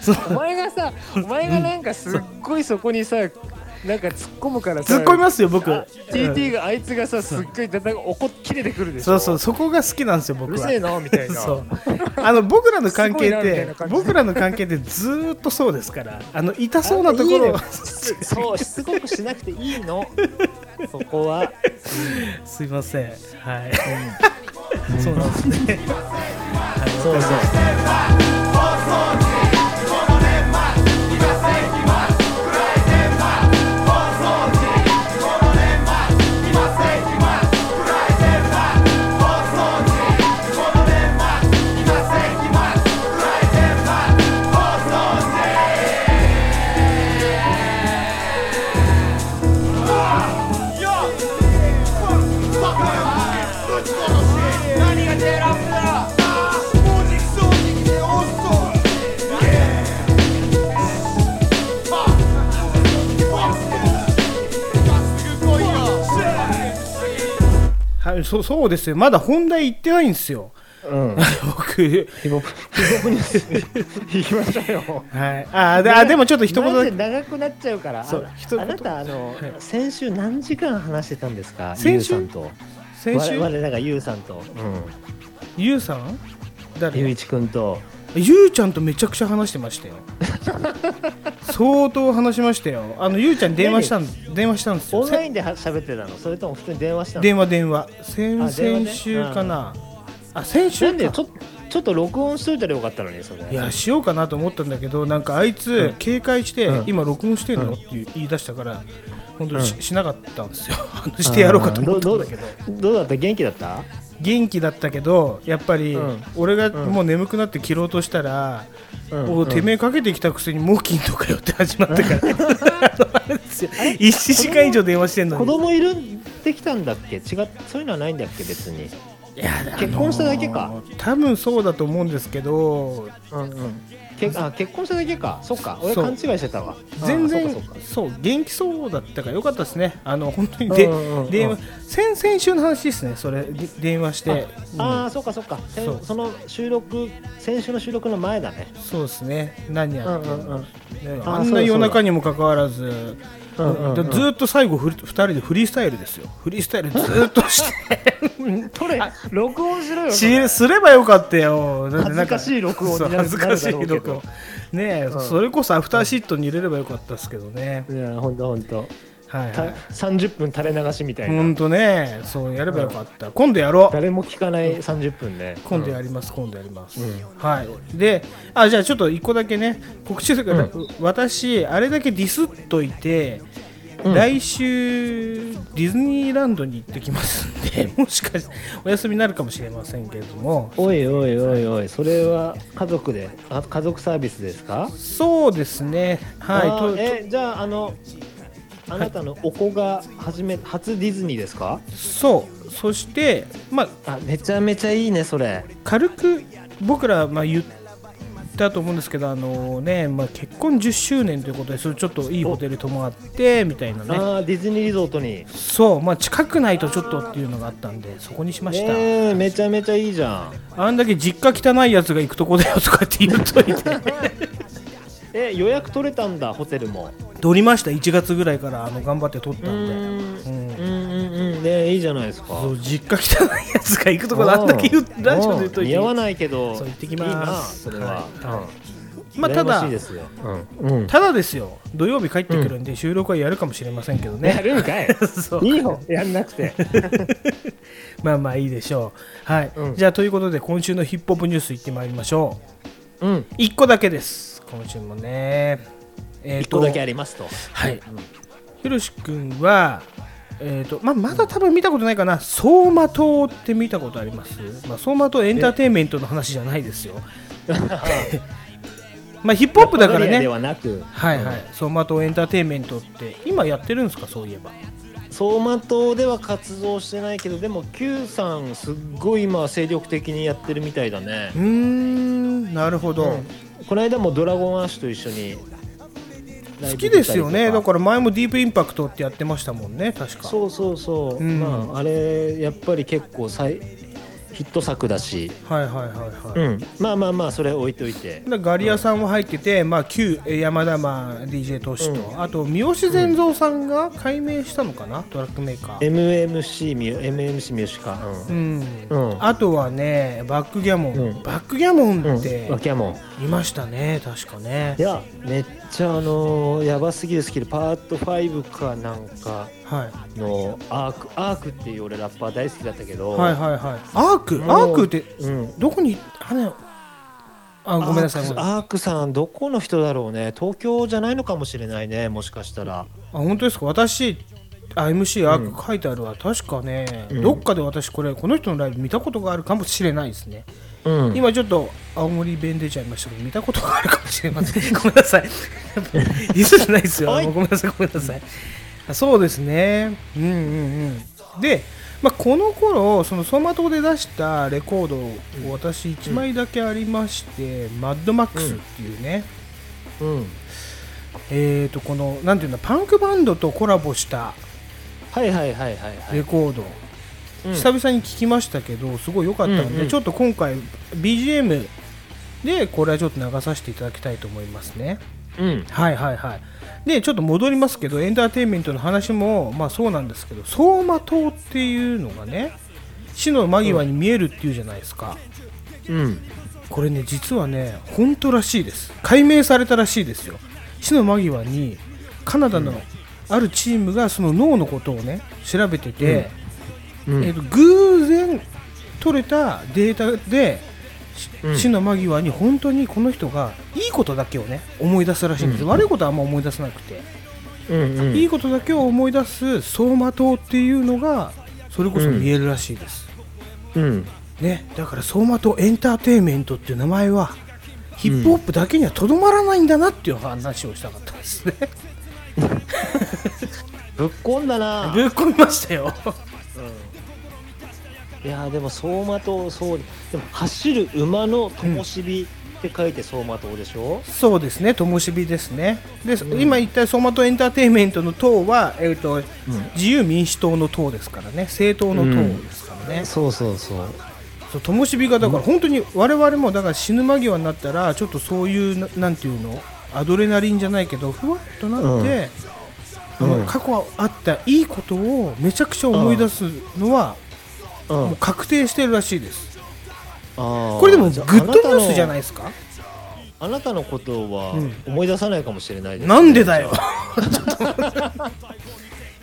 そう
お前がさお前がなんかすっごいそこにさなんか突っ込むからさ
突っ込みますよ僕、
あ TT があいつがさすっごいだんだん怒って切れてくるでし
そ
ょ
うそうそこが好きなんですよ僕
う
は
るせえなみたいな
そうあの僕らの関係っ
すごいなみたい
て
な感じ
僕らの関係ってずーっとそうですからあの痛そうなと
い
こ
いの
ろ
よすそうしつこくしなくていいのそこは
すいませんはいそうなんですね
そうそう
はいそそうですよまだ本題行ってないんですよ
うん
僕
ヒボプに 行きましたよ
はいあであでもちょっと一言
マ
だ
ジ
け
で長くなっちゃうから
そう
あ
一言
あなたあの、
はい
先週何時間話してたんですか
先週
ゆうさんと
先週
我我らがゆうさんと、
ゆうさん誰
ゆういちくんと
ゆうちゃんとめちゃくちゃ話してま したよ相当話しましたよあのゆうちゃんに電話したん電話したんですよ
オンラインでは喋ってたのそれとも普通に電話したの
電話電話
あ
先
電話ね
先週かなあ先
な
週
んで
か
ちょちょっと録音しといたらよかったのにそれ
いやしようかなと思ったんだけどなんかあいつ警戒して、今録音してんの、って言い出したから本当にし,、なかったんですよ あのしてやろうかと思ったんだけど
どどうだった元気だった
元気だったけどやっぱり、
ん
俺がもう眠くなって切ろうとしたら、
ん
おうてめえかけてきたくせにもう切んのかよって始まったから、あ れですよ1時間以上電話してんの
子
に
供いるできたんだっけ違うそういうのはないんだっけ別に
いや
結婚しただけか
あのー多分そうだと思うんですけど
うんうんけあ結婚しただけかそっか俺
そう
勘違いしてたわ
全然
あそっかそっか
そう元気そうだったからよかったですねあの本当にで、
うんうんうん
電話先々週の話ですねそれで電話して、
あ
う
あそうかそうかせん
そう
その収録先週の収録の前だね
んそうですね何やってんの
ん
ね
あー
あん
そう
な
だ
夜中にもかかわらず
うんうんうん
でずーっと最後ふり2人でフリースタイルですよフリース タイルずーっとして
これ録音しろよそれ
しすればよかったよだってなん
恥ずかしい録音に
そう
なる
恥ずかしい
なるだ
録
ろ
音
う
ねえ、それこそアフターシットに入れればよかったですけどね、
いやほんとほんと
はい、
た
はい、
30分垂れ流しみたい
ほん
な
とねそうやればよかった、今度やろう
誰も聞かない30分ね
今度やります、今度やります、はいであじゃあちょっと一個だけね告知するから、私あれだけディスっといて、来週ディズニーランドに行ってきますんでもしかしてお休みになるかもしれませんけれども
おいおいおいおいそれは家族であ家族サービスですか
そうですねはい
あー
と
えじゃああのあなたのお子が初め初ディズニーですか
とそうそしてまあ
あめちゃめちゃいいねそれ
軽く僕らまあ言ったと思うんですけどあのね、まあ、結婚10周年ということでそれちょっといいホテル泊まってみたいなね
あーディズニーリゾートに
そう、まあ、近くないとちょっとっていうのがあったんで、そこにしました。
えー、めちゃめちゃいいじゃん
あんだけ実家汚いやつが行くとこだよとかって言うといて、
え予約取れたんだホテルも
取りました、1月ぐらいからあの頑張って取った
うん
で。
んうんうんうんねいいじゃないですか
そう実家汚いやつが行くとこだあんだけ言う
うん
ラジオで言うと
うん
い
似合わ
て
ないけど
そう行ってきます
いいなそれは、
はまあ、た
羨ま
だ
しいですよ
うんうん
ただですよ土曜日帰ってくるんで収録はやるかもしれませんけど
や
ね、
るんかい
そう
いいよやんなくて
まあまあいいでしょうはい、
うん
じゃあということで今週のヒップホップニュースいってまいりましょ
うん
う1個だけです今週もねえー
一個だけありますと
はい、ひろし君は、えーとまあ、まだ多分見たことないかな、走馬灯って見たことあります、まあ、走馬灯エンターテインメントの話じゃないですよ。 まあヒップホップだから
マリアで
ね、
はなく
はいはい、走馬灯エンターテインメントって、今やってるんですか、そういえば。
走馬灯では活動してないけどでも Q さんすっごい今精力的にやってるみたいだね
うーん、なるほど、
この間もドラゴンアッシュと一緒に
好きですよね、だ
ど
か
こ
ら前もディープインパクトってやってましたもんね、確か。
そうそうそう、
うん
まああれやっぱり結構最ヒット作だし、
はいはいはいはい、
うん、まあまあまあそれ置いといて
だガリアさんも入ってて、まあ、旧山田まあ DJ 投資と、あと三好善三さんが改名したのかな、トラックメーカー、
MMC ミュ MMC ミュージカ
う
うんうん
あとはねバックギャモン、
うん
バックギャモンっ
んわ
て
けやもん
いましたね確かね
いやめっちゃあのーやばすぎるスキルパート5かなんか
はい、
のアークアークっていう俺ラッパー大好きだったけど、
はいはいはいアーク
もう
アークって
うん、
どこにあれあごめんなさい
アー
ご
ク
めんなさい
アークさんどこの人だろうね東京じゃないのかもしれないねもしかしたら
あ本当ですか私あ MC アーク書いてあるわ、確かね、どっかで私これこの人のライブ見たことがあるかもしれないですね
うん
今ちょっと青森弁出ちゃいましたけど見たことがあるかもしれませ んごめんなさい言うじゃないですよ
はい
ごめんなさいごめんなさいあそうですねうんうんうんで、まあ、この頃その走馬灯で出したレコードを私1枚だけありまして、マッドマックスっていうね、
うん
えー、とこのなんていうんだパンクバンドとコラボした
はいはいはいはいはい
レコード、
うん
久々に聞きましたけどすごい良かったので、
うんうん
ちょっと今回 BGM でこれはちょっと流させていただきたいと思いますね
うん
はいはいはいでちょっと戻りますけどエンターテインメントの話もまあそうなんですけど走馬灯っていうのがね死の間際に見えるっていうじゃないですか、
うん
これね実はね本当らしいです解明されたらしいですよ死の間際にカナダのあるチームがその脳のことをね調べてて、
うん
えーと偶然取れたデータで、し
うん
死の間際に本当にこの人がいいことだけをね思い出すらしいんです、悪いことはあんま思い出さなくて、
うんうん
いいことだけを思い出す走馬灯っていうのがそれこそ見えるらしいです、
うん
ね、だから走馬灯エンターテインメントっていう名前はヒップホップだけにはとどまらないんだなっていう話をしたかったですね、
ぶっこんだな
ぶっ込みましたよ
いやーでも走馬灯そうでも走る馬の灯火って書いて走馬灯でしょ、
そうですね灯火ですねで、今言った走馬灯エンターテインメントの党は、えーと自由民主党の党ですからね政党の党ですからね、
そうそうそう
そう灯火がだから本当に我々もだから死ぬ間際になったらちょっとそういうななんていうのアドレナリンじゃないけどふわっとなって、あの過去あったいいことをめちゃくちゃ思い出すのは
うん
もう確定してるらしいです、
こ
これでもグッドニュースじゃない
い
ですか
あなたのことは
うん
思い出さないかもしれないですね
なんでだよ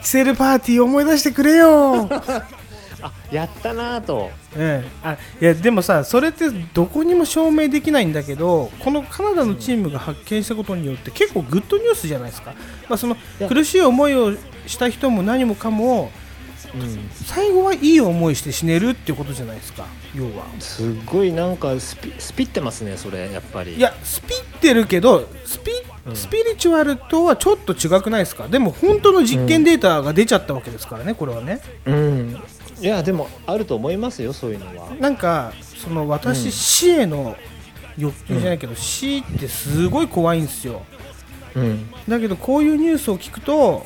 キセルパーティー思い出してくれよ、
あやったなーと
ええあいやでもさそれってどこにも証明できないんだけどこのカナダのチームが発見したことによって結構グッドニュースじゃないですか、まあ、その
や
苦しい思いをした人も何もかも、最後はいい思いして死ねるっていうことじゃないですか要は
すっごいなんかスピスピってますねそれやっぱり
いやスピってるけどスピスピリチュアルとはちょっと違くないですかでも本当の実験データが出ちゃったわけですからねこれはね
うんいやでもあると思いますよそういうのは
なんかその私、死への欲求じゃないけど、死ってすごい怖いんですよ
うん
だけどこういうニュースを聞くと、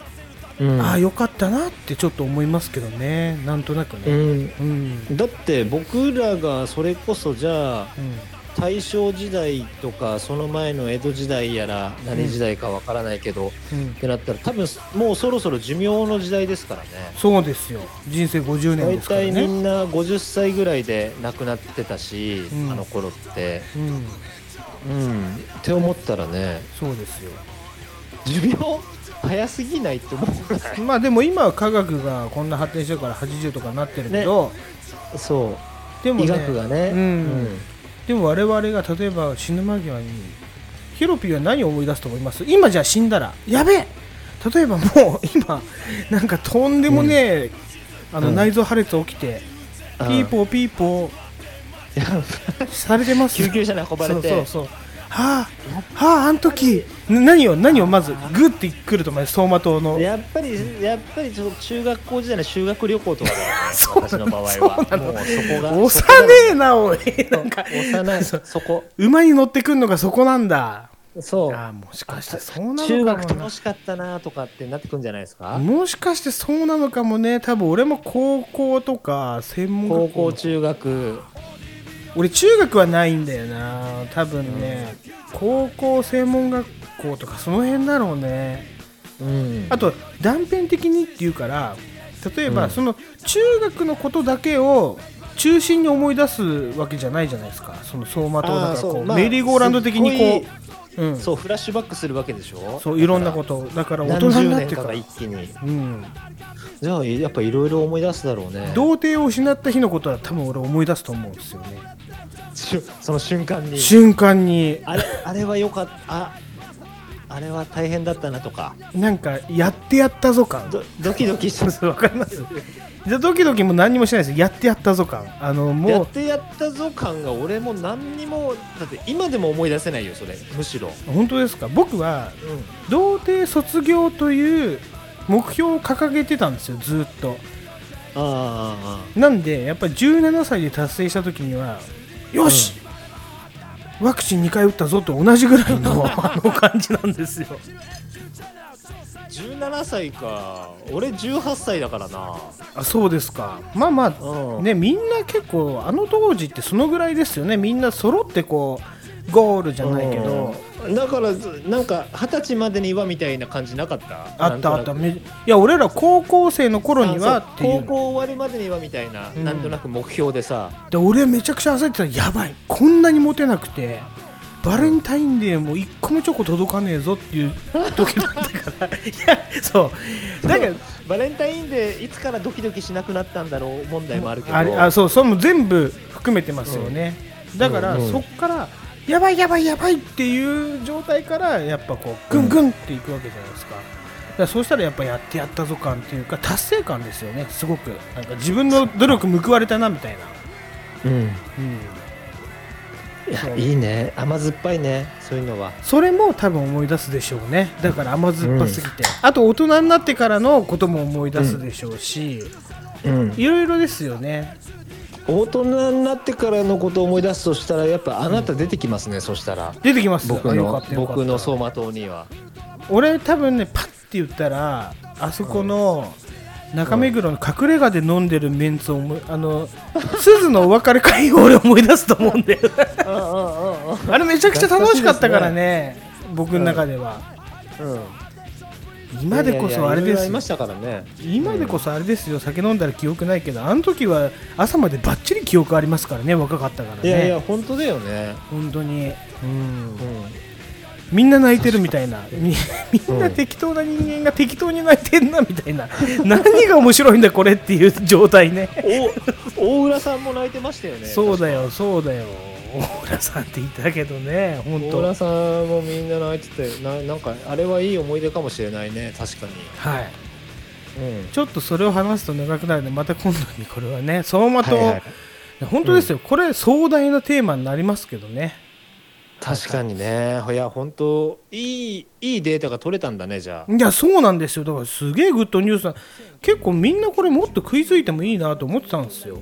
うん
ああよかったなってちょっと思いますけどねなんとなく
う
ね
ん
うん、
だって僕らがそれこそじゃあ
うん
大正時代とかその前の江戸時代やら何時代かわからないけど、
うん
ってなったら多分もうそろそろ寿命の時代ですからね
そうですよ人生50年
大
ですから
体み
ね、
んな50歳ぐらいで亡くなってたし、
うん
あの頃って
うん、
うんって思ったらね
そうですよ
寿命早すぎないって思うない
まあでも今は科学がこんな発展してるから80とかなってるけど、
そ
で
う、
も、ね、
医学がね、
うんでも我々が例えば死ぬ間際にヒロピーは何を思い出すと思います今じゃあ死んだらやべえ例えばもう今なんかとんでもねえ、あの
うん
内臓破裂起きて、
うん
ピーポーピーポーされてます
救急車に運ばれ
そう
て
そうそうはあはああの時な何を何をまずグッて来ると思います走馬灯の
やっぱりやっぱりちょっと中学校時代の修学旅行とかだよね
そうなの
私の
そう
場合
な
は
の
もうそこが
幼
そこ
ねえなおい なんか
が幼いそこ
馬に乗ってくんのがそこなんだ
そ
ああ
う
もしかしてそうな
中
の
学
かも
楽しかったなとかってなってくんじゃないです
な
か
もしかしてそうなのかもね多分俺も高校とか専門
高
学校
校中学
俺中学はないんだよな多分ね、高校専門学校とかその辺だろうね
うん
あと断片的にっていうから例えば、
うん
その中学のことだけを中心に思い出すわけじゃないじゃないですかその走馬灯だか
あー
ら
そう
こう、
まあ
メリーゴーランド的にこう、うん、
そうフラッシュバックするわけでしょ
そういろんなこととだから大
何
人に
十
なっ
年
て
か
か
が
ら
一気に
うん、
じゃあやっぱいろいろ思い出すだろうね
童貞を失った日のことは多分俺思い出すと思うんですよね
しゅその瞬間に
瞬間に
あれあれは良かったああれは大変だったなとか
なんかやってやったぞ感
どドキドキし
そう
て
そうわかりますじゃあドキドキも何にもしないですやってやったぞ感あの
や
も
っ
う
てやったぞ感が俺も何にもだって今でも思い出せないよそれむしろ、
本当ですか僕は童貞卒業という目標を掲げてたんですよずっと
あ
なんでやっぱり17歳で達成した時にはよし、ワクチン2回打ったぞと同じぐらいのあの感じなんですよ
あ17歳か俺18歳だからな
あそうですかまあま
う
あ
ん
ねみんな結構あの当時ってそのぐらいですよねみんな揃ってこうゴールじゃないけど
だからずなんか二十歳までにはみたいな感じなかっ
あ
た
ったあ
なん
っ
と
た
なく
めいや俺ら高校生の頃には
あ
って
そう
いう
高校終わるまでにはみたいな、
ん
なんとなく目標でさ
で俺はめちゃくちゃ焦ってたやばいこんなにモテなくてバレンタインデーも一個もチョコ届かねえぞっていう時だったから いやそうだけど
バレンタインでいつからドキドキしなくなったんだろう問題もあるけど
あれあそうそれも全部含めてますよね、だから、そっからやばいやばいやばいっていう状態からやっぱこうグングンっていくわけじゃないですか,、だからそうしたらやっぱやってやったぞ感っていうか達成感ですよねすごくなんか自分の努力報われたなみたい
う
な、
ん
うん、
いやいいね甘酸っぱいねそういうのは
それも多分思い出すでしょうねだから甘酸っぱすぎて、あと大人になってからのことも思い出すでしょうし、
うん
いろいろですよね
大人になってからのことを思い出すとしたらやっぱあなた出てきますね、そしたら
出てきます
僕
あよか
の
ったよかった
僕の走馬灯には
俺多分ねパッて言ったらあそこの中目黒の隠れ家で飲んでるメンツを思いあの鈴のお別れ会を俺思い出すと思うんだ よあれめちゃくちゃ楽しかったからね僕の中では、今でこそあれ
いやいやいろいろ
で
あ
す
り
よ
ましたからね
今でこそあれですよ、酒飲んだら記憶ないけどあの時は朝までばっちり記憶ありますからね若かったから
い
ね
やいや本当だよね
本当にうん
うん
みんな泣いてるみたいなみみん な適当な人間が適当に泣いてんなみたいな何が面白いんだこれっていう状態 ね
お大浦さんも泣いてましたよね
そうだよそうだよ大浦さんって言ったけどね本
大
当
浦さんもみんな泣いててななんかあれはいい思い出かもしれないね確かに
はい
うん
ちょっとそれを話すと長くなるのでまた今度にこれはね走馬灯、
はいはい
本当ですよ、これ壮大なテーマになりますけどね
確かにねいや本当いいいいデータが取れたんだねじゃあ
いやそうなんですよだからすげえグッドニュースな結構みんなこれもっと食いついてもいいなと思ってたんですよ、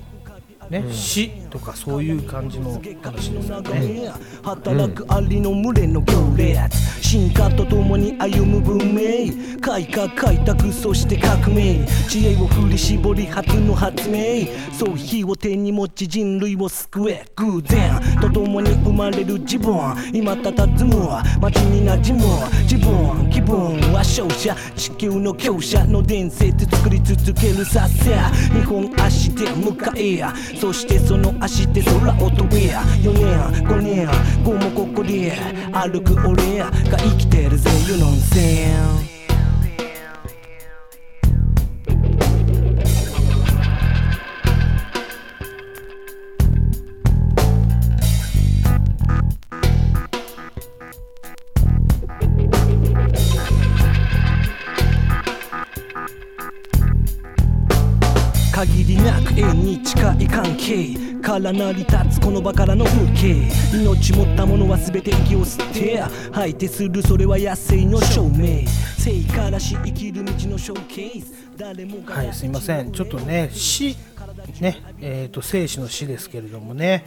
ね死とかそういう感じの話ですよね
働くありの群れの行列進化とともに歩む文明開花開拓そして革命知恵を振り絞り初の発明そう火を手に持ち人類を救え偶然とともに生まれる自分今佇む街に馴染む自分気分は勝者地球の強者の伝説作り続けるさせ日本足で迎え
そしてその足で空を飛び4年5年後もここで歩く俺が生きてるぜ You know what I'm saying 限りなく縁に近い関係から成り立つこの場からの風景命持ったものは全て息を吸って吐いてするそれは野生の証明生から死生きる道のショーケース誰もが
はい、すいません、ちょっとね、死、ね、えっ、と、生死の死ですけれどもね、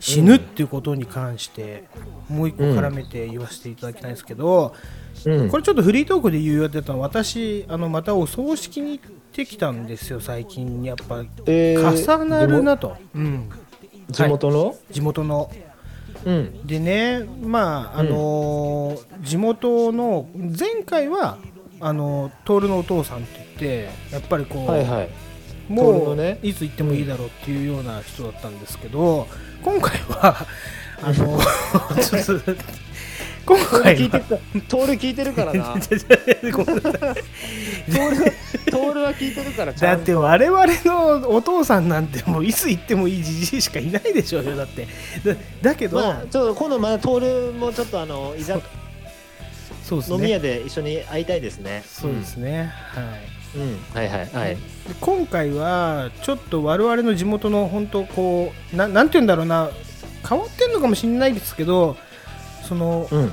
死ぬっていうことに関して、もう一個絡めて言わせていただきたいんですけど、これちょっとフリートークで言うようだったのは、私、あのまたお葬式に行ってきたんですよ、最近、やっぱ、
えー
重なるなと、うん、
地元の、
地元の。
うん
でね、まああのー地元の、前回は、あの徹のお父さんって言って、やっぱりこう、
はいはい徹
も
のね
ういつ行ってもいいだろうっていうような人だったんですけど、今回 はあの ちょっと今
俺
回
聞いて
は
たトール聞いてるからなトールはトールは聞いてるからち
だ
ゃ
っ
んと
て我々のお父さんなんてもういつ行ってもいいじじいしかいないでしょうよだってだだけど、
まあちょっと今度まだトールもちょっとあの居酒
そうです
飲み屋
ね
で一緒に会いたいですね
そうですね、はい
うんはいはいはい
で今回はちょっと我々の地元の本当こうななんて言うんだろうな変わってんのかもしれないですけどその
うん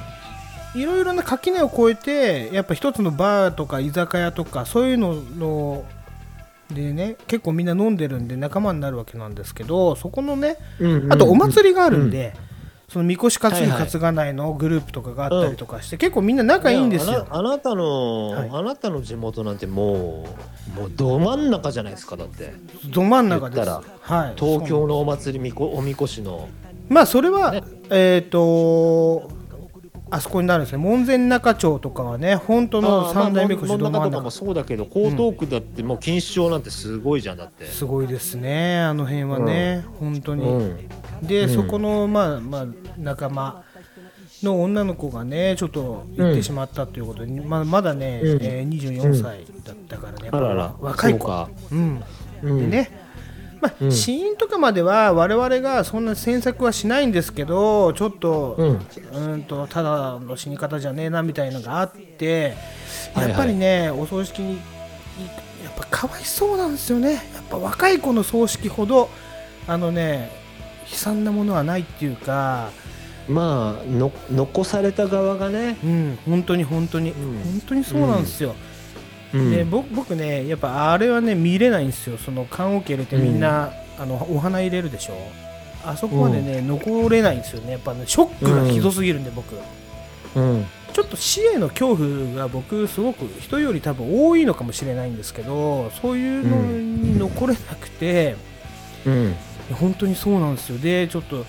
いろいろな垣根を越えてやっぱ一つのバーとか居酒屋とかそういうののでね結構みんな飲んでるんで仲間になるわけなんですけどそこのね
うんうん
あとお祭りがあるんで、そのみこし担ぎ担がないのグループとかがあったりとかして、結構みんな仲いいんですよ
や。あなあなたの、
はい
あなたの地元なんてもうもうど真ん中じゃないですかだって
ど真ん中で
言っ
す。
たら
はい、
東京のお祭りみこおみこしの
まあそれは、えっ、とあそこになるんですね門前仲町とかはね本当の三大みこし
の
ど真
中
ん
とかも
中
そうだけど江東区だってもう錦糸町なんてすごいじゃんだって
すごいですねあの辺はね、本当に、
うん
で、
うん
そこのまあまあ仲間の女の子がねちょっと行ってしまったということで、まあまだね、
うん
えー24歳だったからね、
あらら
若い
そう
子
か
うん
うん
でね、まあ
ん
死因とかまでは我々がそんな詮索はしないんですけどちょっと,、
うん
んとただの死に方じゃねえなみたいのがあって
はいはい
やっぱりね、お葬式にいやっぱかわいそうなんですよねやっぱ若い子の葬式ほどあのね悲惨なものはないっていうか、
まあの残された側がね
うん、本当に本当に、
ん
本当にそうなんですよ、
うん
で僕僕ねやっぱあれはね見れないんですよその棺桶入れてみんな、あのお花入れるでしょあそこまでね、残れないんですよねやっぱねショックがひどすぎるんで、僕
うん
ちょっと死への恐怖が僕すごく人より多分多いのかもしれないんですけどそういうのに残れなくて、
うん
いや本当にそうなんですよでちょっと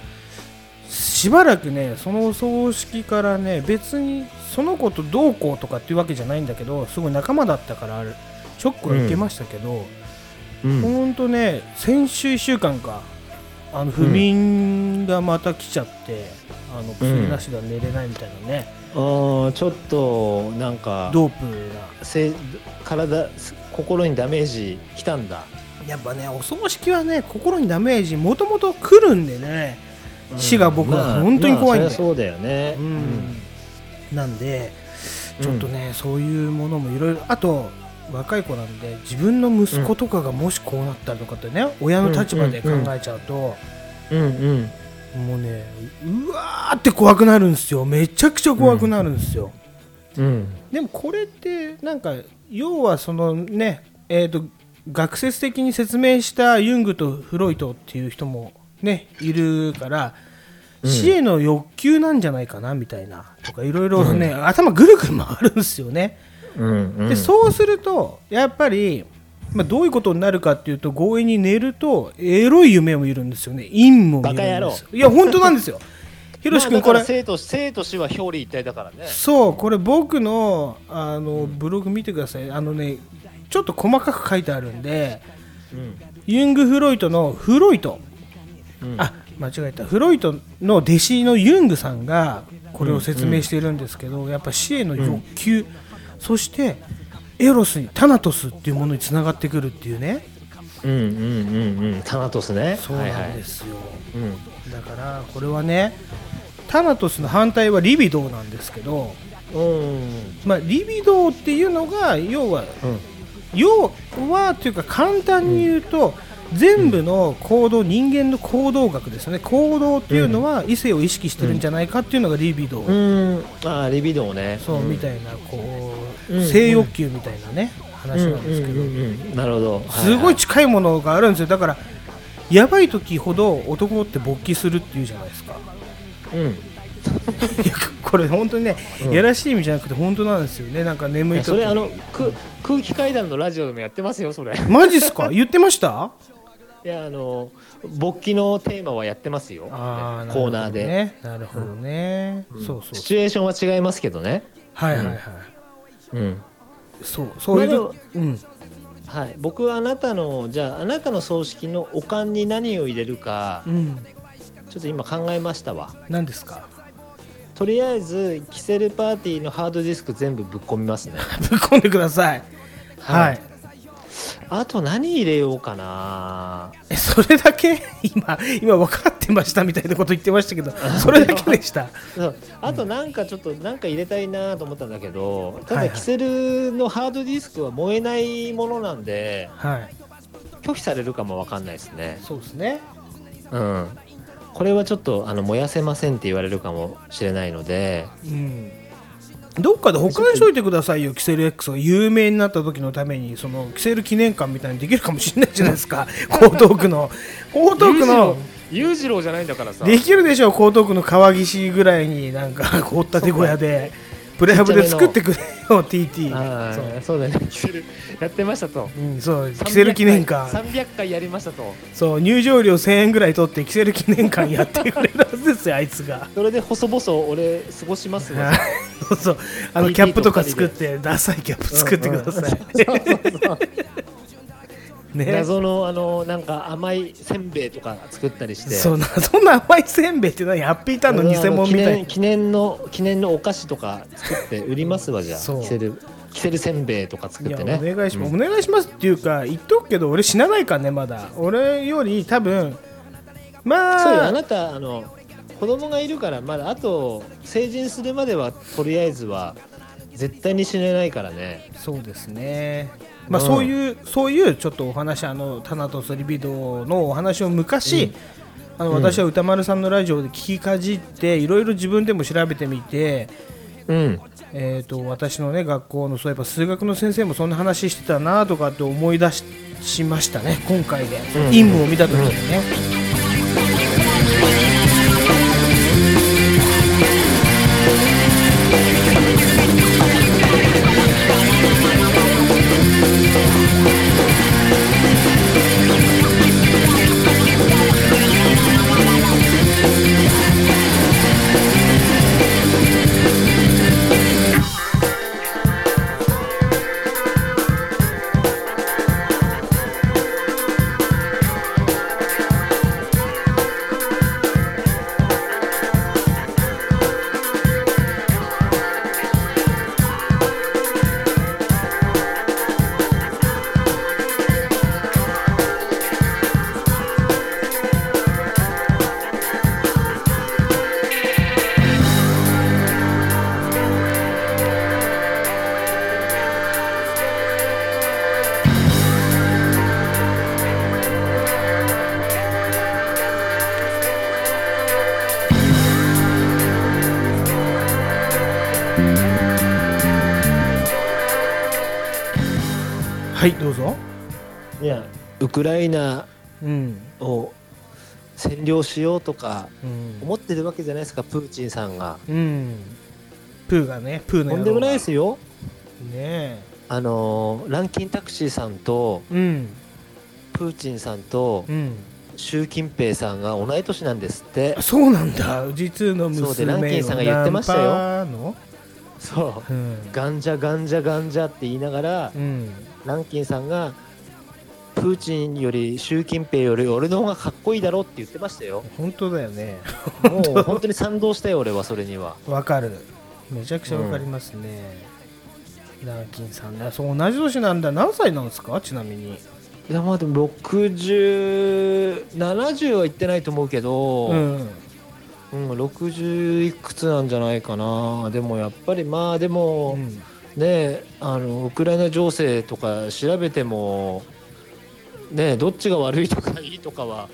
しばらくねそのお葬式からね別にその子とどうこうとかっていうわけじゃないんだけどすごい仲間だったからショックは受けましたけど、
うん
ほんとね先週1週間かあの不眠がまた来ちゃって、あの薬なしでは寝れないみたいなね、
ああちょっとなんか
ドープが
せ体す心にダメージきたんだ
やっぱねお葬式はね心にダメージもともと来るんでね死が僕
ま
は
あ
本当に怖いん
ま
で、
あそりゃそうだよね
うんなんでちょっとね、そういうものもいろいろあと若い子なんで自分の息子とかがもしこうなったりとかってね、親の立場で考えちゃうと、
うんうん
もうねうわーって怖くなるんですよめちゃくちゃ怖くなるんですよ、
うん
でもこれってなんか要はそのねえー、と学説的に説明したユングとフロイトっていう人もねいるから死への欲求なんじゃないかなみたいなとかいろいろね、頭ぐるぐる回るんですよね。
うんうん
でそうするとやっぱり、まあ、どういうことになるかっていうと強引に寝るとエロい夢を見るんですよね陰も見るん
バカ野
で
郎
すよいや本当なん ですよひろし君これ
まあだから生と生と死は表裏一体だからね
そうこれ僕のあのブログ見てくださいあのねちょっと細かく書いてあるんで、ユング・フロイトのフロイト、あ間違えたフロイトの弟子のユングさんがこれを説明しているんですけど、やっぱ死への欲求、そしてエロスにタナトスっていうものにつながってくるっていうね
うんうんうんうんタナトスね
そうなんですよ、
はいはい
だからこれはねタナトスの反対はリビドーなんですけど、
うん
まあ、リビドーっていうのが要は、
ん
要はというか簡単に言うと、全部の行動、人間の行動学ですよね行動っていうのは異性を意識してるんじゃないかっていうのがリビドー、
うんうんあーリビドーね
そうみ
い
たいなこう、
うん
性欲求みたいなね話なんですけど、
なるほど
すごい近いものがあるんですよだからやばい時ほど男って勃起するっていうじゃないです か
はいは
い
い
やこれ本当にね、やらしい意味じゃなくて本当なんですよねなんか
う
眠
ん
い
いや
時
それあのく空気階段のラジオでもやってますよそれい
マジっすか言ってました
やあの勃起のテーマはやってますよコ
あー
ーナーで
なるほどね、なるほどねそうそう
シチュエーションは違いますけどね
はいはいはい、
うん
そうそういう
まあでも
時、うん
はい、僕はあなたのじゃああなたの葬式のおかんに何を入れるか
うん
ちょっと今考えましたわ
何ですか
とりあえずキセルパーティーのハードディスク全部ぶっ込みますね
ぶっ込んでください はい、
あと何入れようかな
えそれだけ 今今分かってましたみたいなこと言ってましたけどそれだけでした
そうあとなんかちょっとなんか入れたいなと思ったんだけどた
はい
だ
はい
キセルのハードディスクは燃えないものなんで
はい
拒否されるかもわかんないですね
そうですね
うんこれはちょっとあの燃やせませんって言われるかもしれないので
うんどっかで保管しといてくださいよ、キセル X が有名になった時のために、そのキセル記念館みたいにできるかもしれないじゃないです か、江東区の、江東区の、
裕次郎じゃないんだからさ
できるでしょう、江東区の川岸ぐらいに、なん か、凍った手小屋で、プレハブで作ってくれよ、TT。そう
ああそうだねキセルやってましたと
うん、そうキセル記念館
300回やりましたと
そう入場料1000円ぐらい取ってキセル記念館やってくれるはずですよあいつが
それで細々俺過ごしますわ
そうそうあの
TT
キャップとか作ってダサいキャップ作ってください、 ね
謎のあのなんか甘いせんべいとか作ったりして
そうなそんな甘いせんべいって何ハッピーターンの偽物みた
あの
いな
記念記念の記念のお菓子とか作って売りますわじゃあ
そう
キセルキセルせんべいとか作
い
っ
や
て
お
ね
願いします、お願いしますっていうか言っとくけど俺死なないからねまだ俺より多分
そうよ
ま
あ
あ
なたあの子供がいるからまだあと成人するまではとりあえずは絶対に死ねないからね
そうですね。まあ、
うん
そういう、そういうちょっとお話、あの、タナトスリビドのお話を昔。あの、
うん
私は歌丸さんのラジオで聞きかじって、いろいろ自分でも調べてみて。
うん
えー、と私のね学校のそういえば数学の先生もそんな話してたなとかって思い出ししましたね今回で、陰夢を見た時にね、はいどうぞ
いやウクライナ
うん
を占領しようとか
うん、
思ってるわけじゃないですかプーチンさんが。
うん、プーがねプーの
と
野郎
んでもないで
ね
すよ
え
あのーランキンタクシーさんと
うん
プーチンさんと
うん
習近平さんが同い年なんですって
あそうなんだ実の娘
そうでランキンさんが言ってましたよ
ナンパの
そう
うん、
ガンジャガンジャガンジャって言いながら
うん、
ランキンさんがプーチンより習近平より俺の方がかっこいいだろって言ってましたよ
本当だよね
もう本当に賛同したよ俺はそれには
わかるめちゃくちゃわかりますね、ナーキンさんねそう同じ年なんだ何歳なんですかちなみに
いやまあでも6070はいってないと思うけど、
うん
うん、60いくつなんじゃないかなでもやっぱりまあでも、ねえあのウクライナ情勢とか調べてもねえどっちが悪いとかいいとかは